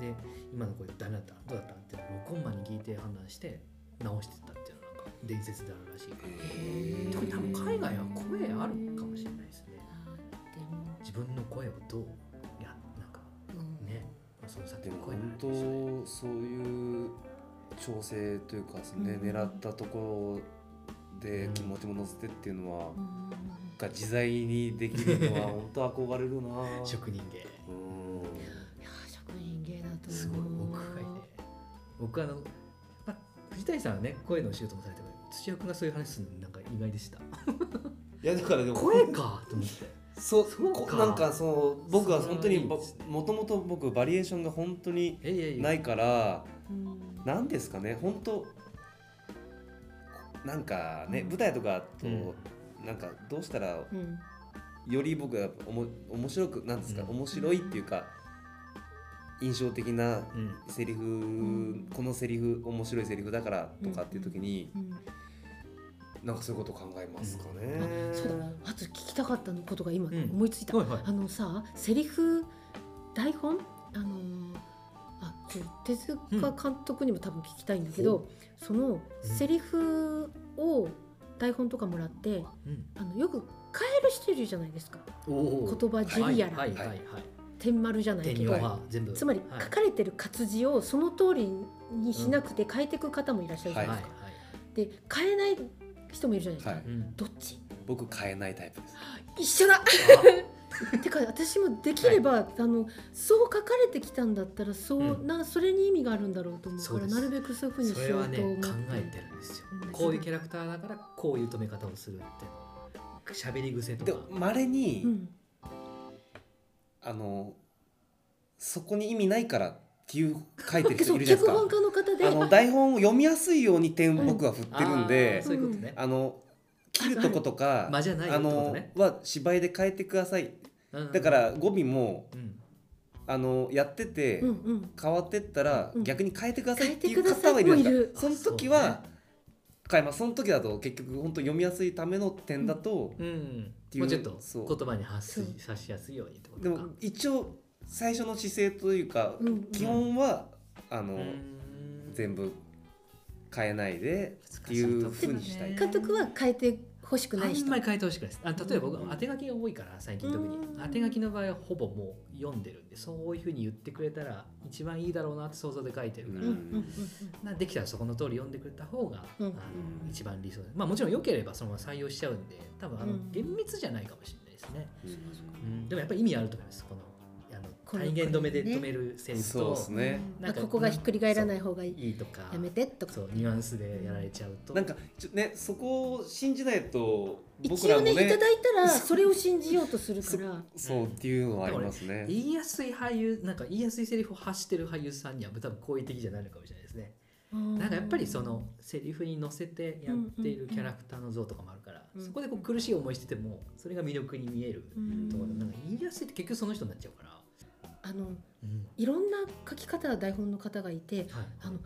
Speaker 1: で今の声ダメだったどうだったって録音前に聞いて判断して直してたっていうのがなんか伝説であるらしい
Speaker 2: へー
Speaker 1: 特に多分海外は声あるかもしれないですね自分の声をどういやなんかねその先
Speaker 2: で
Speaker 1: の
Speaker 2: も
Speaker 1: 声の
Speaker 2: 本
Speaker 1: 話でしたね
Speaker 2: 当そういう調整というかですね、
Speaker 3: うん
Speaker 2: 狙ったところで気持ちも乗せてっていうのは、
Speaker 3: うん
Speaker 2: が自在にできるのは本当憧れる
Speaker 1: (laughs)
Speaker 2: なぁ
Speaker 1: 職人芸
Speaker 2: うん
Speaker 3: いやー職人芸だと思う
Speaker 1: すごい奥深いね僕あのあ藤谷さんはね声のお仕事もされてる土屋君がそういう話するのなんか意外で
Speaker 2: (laughs)
Speaker 1: した
Speaker 2: いやだからでも
Speaker 1: 声かと思って
Speaker 2: そう
Speaker 1: そうか
Speaker 2: こなんかその僕は本当
Speaker 1: それ
Speaker 2: に
Speaker 1: はい
Speaker 2: ば
Speaker 1: いですね
Speaker 2: もともと僕バリエーションが本当に
Speaker 1: えいえいえ
Speaker 2: ないから
Speaker 3: うん
Speaker 2: 何ですかね本当なんかね、
Speaker 3: うん
Speaker 2: 舞台とかと、
Speaker 1: うん
Speaker 2: なんかどうしたら
Speaker 3: うん
Speaker 2: より僕がおも面白くなんですか、
Speaker 1: うん
Speaker 2: 面白いっていうか印象的
Speaker 1: う
Speaker 2: な
Speaker 1: ん
Speaker 2: セリフ、
Speaker 3: ん
Speaker 2: このセリフ面白いセリフだからとかっていう時に、
Speaker 3: うん
Speaker 2: なんかそういうこと考えますかね。
Speaker 1: うん
Speaker 3: そうだあと聞きたかったことが今
Speaker 1: うん
Speaker 3: 思いついた、
Speaker 1: はいはい
Speaker 3: あのさセリフ台本あのーあちょ手塚監督にも多分聞きたいんだけど、そのセリフを台本とかもらって
Speaker 1: うん
Speaker 3: あのよく変える人いるじゃないですか
Speaker 1: おー
Speaker 3: 言葉尻やら、
Speaker 1: はいはいはいはい
Speaker 3: 点丸じゃない
Speaker 1: 天
Speaker 3: け
Speaker 1: に
Speaker 3: ど、
Speaker 1: は全部
Speaker 3: つまり
Speaker 1: はい
Speaker 3: 書かれてる活字をその通りにしなくて変えていく方もいらっしゃるじゃ
Speaker 1: はい
Speaker 3: な
Speaker 1: はいい
Speaker 3: ですか。で変えない人もいるじゃないですか。
Speaker 2: はい、
Speaker 1: うん
Speaker 3: どっち
Speaker 2: 僕変えないタイプです。
Speaker 3: 一緒だてか私もできれば、あのそう書かれてきたんだったらそう、
Speaker 1: うん
Speaker 3: なそれに意味があるんだろうと思う
Speaker 1: そう
Speaker 3: から
Speaker 1: です
Speaker 3: なるべくそういうふう
Speaker 1: あ
Speaker 3: にし
Speaker 1: それ
Speaker 3: よ
Speaker 1: は
Speaker 3: う
Speaker 1: ね
Speaker 3: と思って
Speaker 1: 考えてるんですよ
Speaker 3: うん
Speaker 1: こういうキャラクターだからこういう止め方をするって喋り癖と
Speaker 2: で
Speaker 1: か
Speaker 2: まれに、
Speaker 3: うん
Speaker 2: あのそこに意味ないからっていう書いてる
Speaker 3: そ
Speaker 2: 人
Speaker 3: う
Speaker 2: いるじゃない
Speaker 3: 脚
Speaker 2: です
Speaker 3: 本
Speaker 2: か。
Speaker 3: 家の方で
Speaker 2: あの台本を読みやすいように点僕は振ってるん
Speaker 1: あー
Speaker 2: で、
Speaker 1: そういうことね
Speaker 2: あの切るとことか、
Speaker 1: 間じゃないよ
Speaker 2: あ
Speaker 1: ってこと
Speaker 2: の
Speaker 1: ね
Speaker 2: は芝居で変えてください。
Speaker 1: うん
Speaker 2: だから語尾も
Speaker 1: うん
Speaker 2: あのやってて。
Speaker 3: うんうん
Speaker 2: 変わってったら、
Speaker 3: うん
Speaker 2: 逆に変えてくださいってい
Speaker 3: 変
Speaker 2: う
Speaker 3: えてください
Speaker 2: 方はいるん
Speaker 3: もうい
Speaker 2: で
Speaker 3: る
Speaker 2: すかその時は変えますその時だと結局本当読みやすいための点だと、
Speaker 1: うん
Speaker 2: てい
Speaker 1: も
Speaker 2: う
Speaker 1: うちょっと
Speaker 2: そう
Speaker 1: 言葉に発
Speaker 3: そう
Speaker 1: し発しやすいようにってこ
Speaker 2: で
Speaker 1: とか
Speaker 2: も一応最初の姿勢というか、
Speaker 3: うん
Speaker 2: 基本はあの、
Speaker 1: うん
Speaker 2: 全部変えないでっ
Speaker 1: 難し
Speaker 2: ていう
Speaker 1: とこ
Speaker 2: ふうにしたい
Speaker 1: ね
Speaker 3: 監督は変えてほしくな
Speaker 1: あ
Speaker 3: い人
Speaker 1: んまり変えてほしくないですあ例えば僕
Speaker 2: うん
Speaker 1: 当て書きが多いから最近特に
Speaker 3: うん
Speaker 1: 当て書きの場合はほぼもう読んでるんでそういうふうに言ってくれたら一番いいだろうなって想像で書いてるから、
Speaker 3: うんうんうん
Speaker 1: なできたらそこの通り読んでくれた方が、
Speaker 3: うん
Speaker 1: あの一番理想でまあもちろん良ければそのまま採用しちゃうんで多分あの
Speaker 3: うん
Speaker 1: 厳密じゃないかもしれないですね、
Speaker 2: うん
Speaker 1: うんでもやっぱり意味あると思いますこのあの
Speaker 3: この
Speaker 1: 体言止めで
Speaker 3: これ
Speaker 1: 止
Speaker 3: ね
Speaker 1: めるセリフ
Speaker 2: そう
Speaker 1: と
Speaker 2: です
Speaker 3: うん
Speaker 2: ね、
Speaker 3: ま
Speaker 1: なん
Speaker 3: あ
Speaker 1: か
Speaker 3: ここがひっくり返らない方がいい
Speaker 1: いいとか
Speaker 3: やめてとか
Speaker 1: そうニュアンスでやられちゃうと
Speaker 2: なんかちょねそこを信じないと僕
Speaker 3: 一
Speaker 2: ら
Speaker 3: 応
Speaker 2: も
Speaker 3: ね
Speaker 2: ね
Speaker 3: いただいたらそれを信じようとするから
Speaker 2: そうっていうのはありますね、
Speaker 1: 言いやすい俳優なんか言いやすいセリフを発してる俳優さんには多分好意的じゃないのかもしれないですね
Speaker 3: な
Speaker 1: なんかやっぱりそのセリフに乗せてやっているキャラクターの像とかもあるから、
Speaker 3: うんうんうん
Speaker 1: そこでこう苦しい思いしててもそれが魅力に見えるところでなんか言いやすいって結局その人になっちゃうから、
Speaker 3: あのいろんな書き方台本の方がいて
Speaker 1: はい、
Speaker 3: あの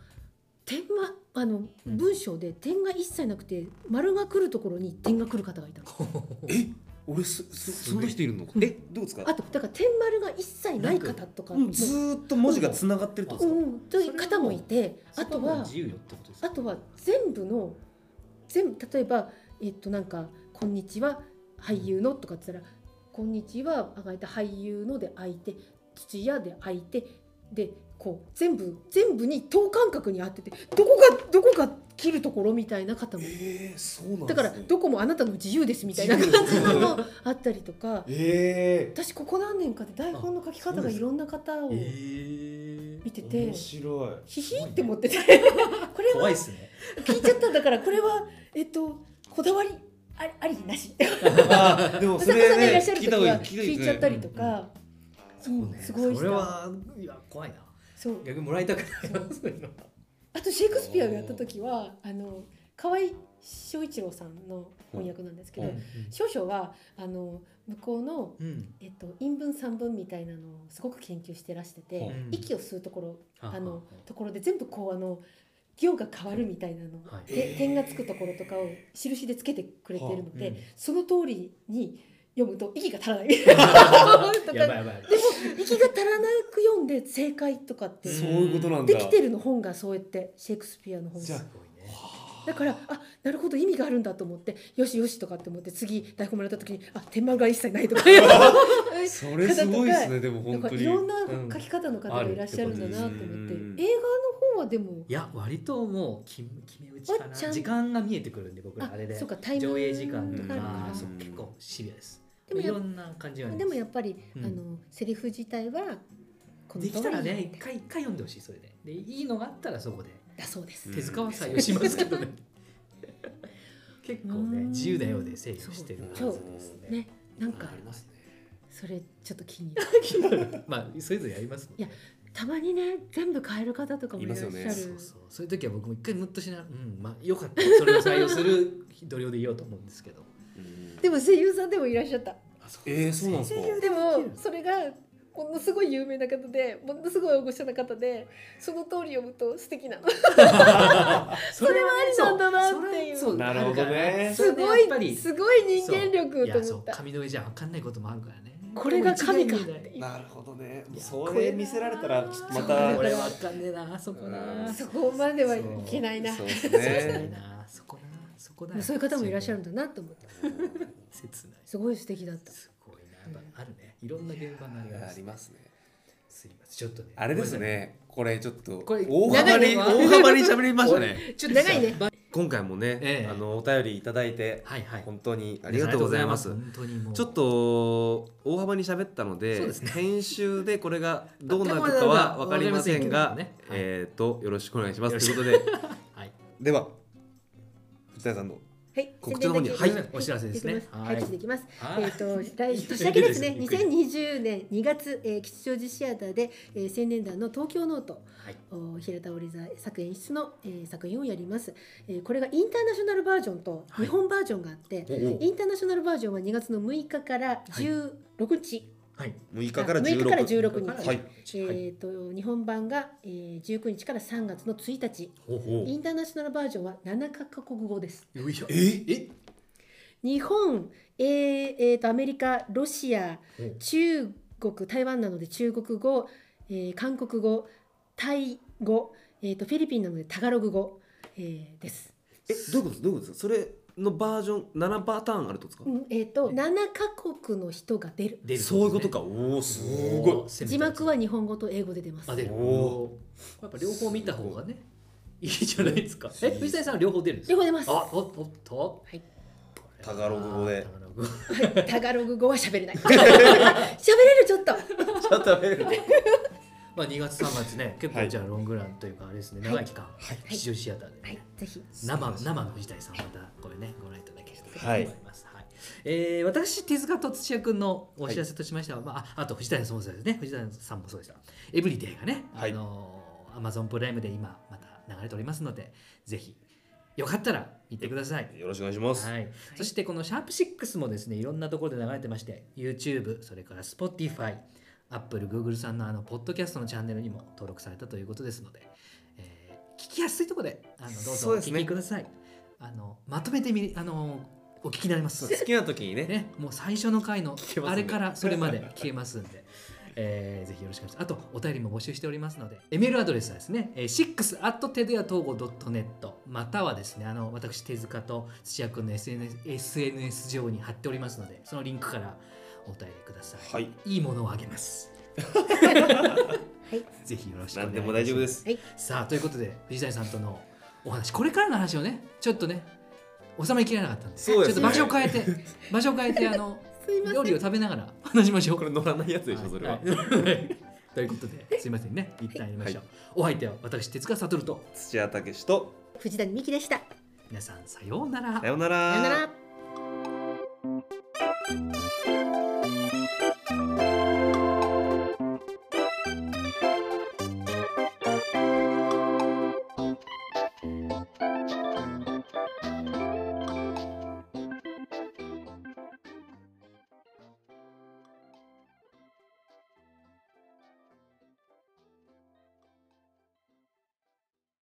Speaker 3: 点はあの
Speaker 1: うん
Speaker 3: 文章で点が一切なくて丸が来るところに点が来る方がいたの。
Speaker 1: え
Speaker 2: 俺すす
Speaker 1: す
Speaker 2: そ
Speaker 1: ご
Speaker 2: ん
Speaker 1: い
Speaker 2: な人いるのか
Speaker 3: うん
Speaker 2: えどうですか
Speaker 3: あとだから天丸が一切ない方とか
Speaker 2: う
Speaker 3: も
Speaker 2: んずーっと文字がつながってるってこ
Speaker 3: う
Speaker 2: とですか
Speaker 3: んという方もいてあとは
Speaker 1: 自由よってことです
Speaker 3: あ
Speaker 1: か
Speaker 3: とは全部の全部例えばえっとなんか「こんにちは俳優の」とかっつったら「こんにちは」あがいて俳優ので開いて土屋で開いてでこう全部全部に等間隔に当ててどこがどこが切るところみたいな方も
Speaker 2: えー、そうなんで
Speaker 3: だ
Speaker 2: す、ね、
Speaker 3: からどこもあなたの自由ですみたいな感じのもあったりとか
Speaker 2: えー
Speaker 3: 私ここ何年かで台本の書き方がいろんな方を
Speaker 1: えー
Speaker 3: 見てて
Speaker 2: 面白い
Speaker 3: ヒヒって思っててこれは
Speaker 1: 怖いですね
Speaker 3: 聞いちゃったんだからこれはえっとこだわりありありなし
Speaker 2: あーでも
Speaker 3: お
Speaker 2: そ
Speaker 3: 作家
Speaker 2: れ
Speaker 3: さんがいら
Speaker 2: ね
Speaker 3: っしゃる
Speaker 2: 聞い
Speaker 3: 時
Speaker 2: た方が
Speaker 3: はい
Speaker 2: い
Speaker 3: 聞いちゃったりとか、うん
Speaker 1: ね
Speaker 3: すごいし
Speaker 1: それはいや怖いな
Speaker 3: そう
Speaker 1: 逆にもらいたくないなそういうの
Speaker 3: あとシェイクスピアをやった時はあの河合翔一郎さんの翻訳なんですけど、
Speaker 2: うんうん
Speaker 3: 少々はあの向こうの、
Speaker 1: うん
Speaker 3: えっと、陰文散文みたいなのをすごく研究してらしてて、
Speaker 2: うん
Speaker 3: 息を吸うところあの
Speaker 1: は
Speaker 3: ところで全部こうあの行が変わるみたいなの、
Speaker 1: はい
Speaker 3: で
Speaker 2: えー
Speaker 3: 点がつくところとかを印でつけてくれてるので、
Speaker 1: はあうん
Speaker 3: その通りに読むと息が足ら (laughs) ないとか
Speaker 1: あ
Speaker 3: で
Speaker 1: やば
Speaker 3: も
Speaker 1: いやばい
Speaker 3: 息が足らなく読んで正解とかって
Speaker 1: うん
Speaker 2: そういうことなんだ
Speaker 3: できてるの本がそうやってシェイクスピアの本
Speaker 2: じゃあ
Speaker 1: すごいね
Speaker 3: だからあなるほど意味があるんだと思ってよしよしとかって思って次台本もらった時にあ天満が一切ないとかだ
Speaker 2: それすごいですねでも本
Speaker 3: か
Speaker 2: 当
Speaker 3: ら
Speaker 2: に
Speaker 3: いろんな
Speaker 2: うん
Speaker 3: 書き方の方がいらっしゃるん
Speaker 2: う
Speaker 3: だなと思って,、
Speaker 2: んあるってことですね
Speaker 3: 映画の方はでも
Speaker 1: いや割ともう決め決め打ちかな
Speaker 3: おっちゃん
Speaker 1: 時間が見えてくるんで僕ら
Speaker 3: あ
Speaker 1: あれで
Speaker 3: そうかタイミング
Speaker 1: 上映時間と
Speaker 3: が
Speaker 1: か
Speaker 3: あるから
Speaker 1: そう結構シビアです
Speaker 3: でも
Speaker 1: い
Speaker 3: やっ
Speaker 1: ろんな感じはあり
Speaker 3: で
Speaker 1: ま
Speaker 3: も
Speaker 1: す
Speaker 3: やっぱり、
Speaker 2: うん
Speaker 3: あのセリフ自体はこの
Speaker 1: できたらね
Speaker 3: 通り
Speaker 1: 一回一回読んでほしいそれででいいのがあったらそこで
Speaker 3: だそうです、
Speaker 2: うん
Speaker 1: 手塚は採用しますけ
Speaker 3: (laughs)
Speaker 1: どね結構
Speaker 3: う
Speaker 1: ね
Speaker 3: ん
Speaker 1: 自由なようで制御してるはず
Speaker 3: そう
Speaker 1: ですね
Speaker 3: ねなんか
Speaker 2: ありますね
Speaker 3: それちょっと気に入る
Speaker 1: (laughs) まあそれぞれやりますもん
Speaker 3: いやたまにね全部変える方とかもいらっしゃる
Speaker 2: います
Speaker 1: そうそうそういう時は僕も一回ムッとしながらうんまあよかったそれを採用する度量でいようと思うんですけど
Speaker 2: うん
Speaker 3: でも声優さんでもいらっしゃった
Speaker 2: えー、そうなんですか
Speaker 1: 先生
Speaker 3: でもそれがものすごい有名な方でものすごい大御所な方でその通り読むと素敵なの
Speaker 1: それは
Speaker 3: それはありなんだなっていう
Speaker 1: そそ
Speaker 2: なるほどね
Speaker 1: それ
Speaker 3: す
Speaker 1: で
Speaker 3: ご
Speaker 1: やっぱ
Speaker 3: い
Speaker 1: り
Speaker 3: すごい人間
Speaker 1: い
Speaker 3: 力と
Speaker 1: やそ
Speaker 3: 思っ
Speaker 1: う
Speaker 3: た
Speaker 1: 紙の上じゃ分かんないこともあるからね
Speaker 3: これが神か
Speaker 1: でも一
Speaker 3: っ
Speaker 1: 概に言え
Speaker 3: て
Speaker 1: ない
Speaker 3: いう
Speaker 2: なるほどねもう
Speaker 1: い
Speaker 2: そ
Speaker 1: や
Speaker 2: れ見せられたらちょっとまた
Speaker 1: そう俺分かんねえなあそこな
Speaker 2: うん
Speaker 3: そこまではいけないな
Speaker 2: そ
Speaker 3: そうう
Speaker 2: です
Speaker 1: 切ない
Speaker 2: ね
Speaker 1: なそこなそこだ
Speaker 3: いう方もいらっしゃるんだなと思った
Speaker 1: 切ない
Speaker 3: すごい素敵だった
Speaker 1: すごいなやっぱあるねいろんな現場がありま
Speaker 2: あ
Speaker 1: す
Speaker 2: りますね
Speaker 1: すいませんちょっとね
Speaker 2: あれですねこれちょっと
Speaker 1: これ
Speaker 2: 大幅に
Speaker 1: 長いのは
Speaker 2: 大幅に喋りましたね
Speaker 1: ちょっと
Speaker 3: 長いね
Speaker 2: 今回もね、
Speaker 1: ええ
Speaker 2: あのお便りいただいて
Speaker 1: はいはい
Speaker 2: 本当にありがとうございます。
Speaker 1: 本当にもう
Speaker 2: ちょっと大幅に喋ったので
Speaker 1: そうですね
Speaker 2: 編集でこれがどうなるかは分かりませんが
Speaker 1: わかりませんけどねはい
Speaker 2: えっ、とよろしくお願いします
Speaker 1: よろ
Speaker 2: とい
Speaker 1: し
Speaker 2: う
Speaker 1: く
Speaker 2: ことで
Speaker 1: はい
Speaker 2: では藤谷さんの
Speaker 3: はい、
Speaker 2: 告知の方に
Speaker 3: 宣伝だ
Speaker 1: は
Speaker 3: け
Speaker 1: いお知らせですね
Speaker 3: できます
Speaker 1: はい
Speaker 3: はい、告知できます。
Speaker 1: はい
Speaker 3: えっ、と、来年明けで
Speaker 1: (laughs)
Speaker 3: すね、
Speaker 1: びっくり
Speaker 3: 2020年2月、えー、吉祥寺シアターで、えー、青年団の東京ノート。
Speaker 1: はい
Speaker 3: お平田織座作演出の、えー作品をやります、えーこれがインターナショナルバージョンと
Speaker 1: はい
Speaker 3: 日本バージョンがあって、
Speaker 2: おうおう
Speaker 3: インターナショナルバージョンは2月の6日から16日、
Speaker 1: はい
Speaker 2: 6日から
Speaker 3: あ6日から
Speaker 2: 16
Speaker 3: 16日、
Speaker 2: はい
Speaker 1: はい
Speaker 3: えー、と日本版が、えー、19日から3月の1日
Speaker 1: ほうほ
Speaker 3: インターナショナルバージョンは7カ国語です
Speaker 1: うよいしょ
Speaker 2: え
Speaker 1: え
Speaker 3: 日本、えーえーとアメリカロシア
Speaker 1: ほう
Speaker 3: 中国台湾なので中国語、えー韓国語タイ語、えー、とフィリピンなのでタガログ語、えーです。
Speaker 2: えどういうことどういうことですかそれのバージョン7パターンあるってこと
Speaker 3: う
Speaker 2: で
Speaker 3: んえー、と7カ国の人が出る
Speaker 1: 出る
Speaker 2: すか、そういうことかおおす
Speaker 1: お
Speaker 2: ご
Speaker 1: ー
Speaker 3: 字幕は日本語と英語で出ます
Speaker 1: あ出る
Speaker 2: お
Speaker 1: おーやっぱ両方見た方がねいいじゃないですかえ藤谷さんは両方出るんですか
Speaker 3: 両方出ます
Speaker 1: あおおっと
Speaker 3: はい
Speaker 2: タガログ語で
Speaker 1: タガログ語
Speaker 3: タガログ語は喋れ
Speaker 1: (laughs)
Speaker 3: ない喋れるちょっと
Speaker 2: いちょっと食べるね
Speaker 1: まあ2月3月ね結
Speaker 2: は
Speaker 1: 構
Speaker 2: い
Speaker 1: じゃあロングランというかあれですね長い期間吉祥寺シアターでね
Speaker 3: はいぜひ
Speaker 1: 生生の藤谷さんまたこれねご覧いただければと
Speaker 2: は
Speaker 1: 思
Speaker 2: い
Speaker 1: います。はいえー私手塚と土屋君のお知らせとしましては、まあああと藤谷さんもそうですね藤谷さんもそうでした。エブリデイがね、
Speaker 2: はい
Speaker 1: あのアマゾンプライムで今また流れておりますのでぜひよかったら見てください。
Speaker 2: よろしくお願いします、
Speaker 1: はい、そしてこの「シャープ #6」もですねいろんなところで流れてまして YouTube それから Spotify アップル Google さんのあのポッドキャストのチャンネルにも登録されたということですので、えー聞きやすいところであのどう
Speaker 2: そ
Speaker 1: ぞ
Speaker 2: う
Speaker 1: お
Speaker 2: です
Speaker 1: 聞
Speaker 2: ね
Speaker 1: きください、あのまとめてみあのお聞きになり
Speaker 2: (laughs)
Speaker 1: ます
Speaker 2: 好きな時にね
Speaker 1: ね、もう最初の回の
Speaker 2: 聞けますんで
Speaker 1: あれからそれまで消えますんで。 (laughs) えーぜひよろしくお願いします。あと、お便りも募集しておりますので、えメールアドレスはですね、えー、6.tedeatougo.net またはですね、あの、私、手塚と土屋君の SNS, SNS 上に貼っておりますので、そのリンクからお便りください。
Speaker 2: はい
Speaker 1: いいものをあげます。
Speaker 3: はい
Speaker 1: (laughs) ぜひよろしくお願い
Speaker 2: 何
Speaker 1: します。
Speaker 2: でも大丈夫で。す
Speaker 1: さあ、ということで、藤谷さんとのお話、これからの話をね、ちょっとね、収まりきれなかったんで、
Speaker 2: そうですね
Speaker 1: ちょっと場所を変え
Speaker 2: (laughs)
Speaker 1: て、場所を変えて、あの、
Speaker 3: すいませ
Speaker 1: 料
Speaker 3: ん
Speaker 1: 理を食べながら話しましょう。
Speaker 2: これ乗らないやつでし
Speaker 1: は
Speaker 2: ょ
Speaker 1: い
Speaker 2: それはい
Speaker 1: はいということで、すいませんね、一旦やりましょう。お相手は私、手塚悟と、
Speaker 2: 土屋武史と
Speaker 3: 藤谷美希でした
Speaker 1: 皆さんさようなら
Speaker 2: さ。よう
Speaker 3: さよなら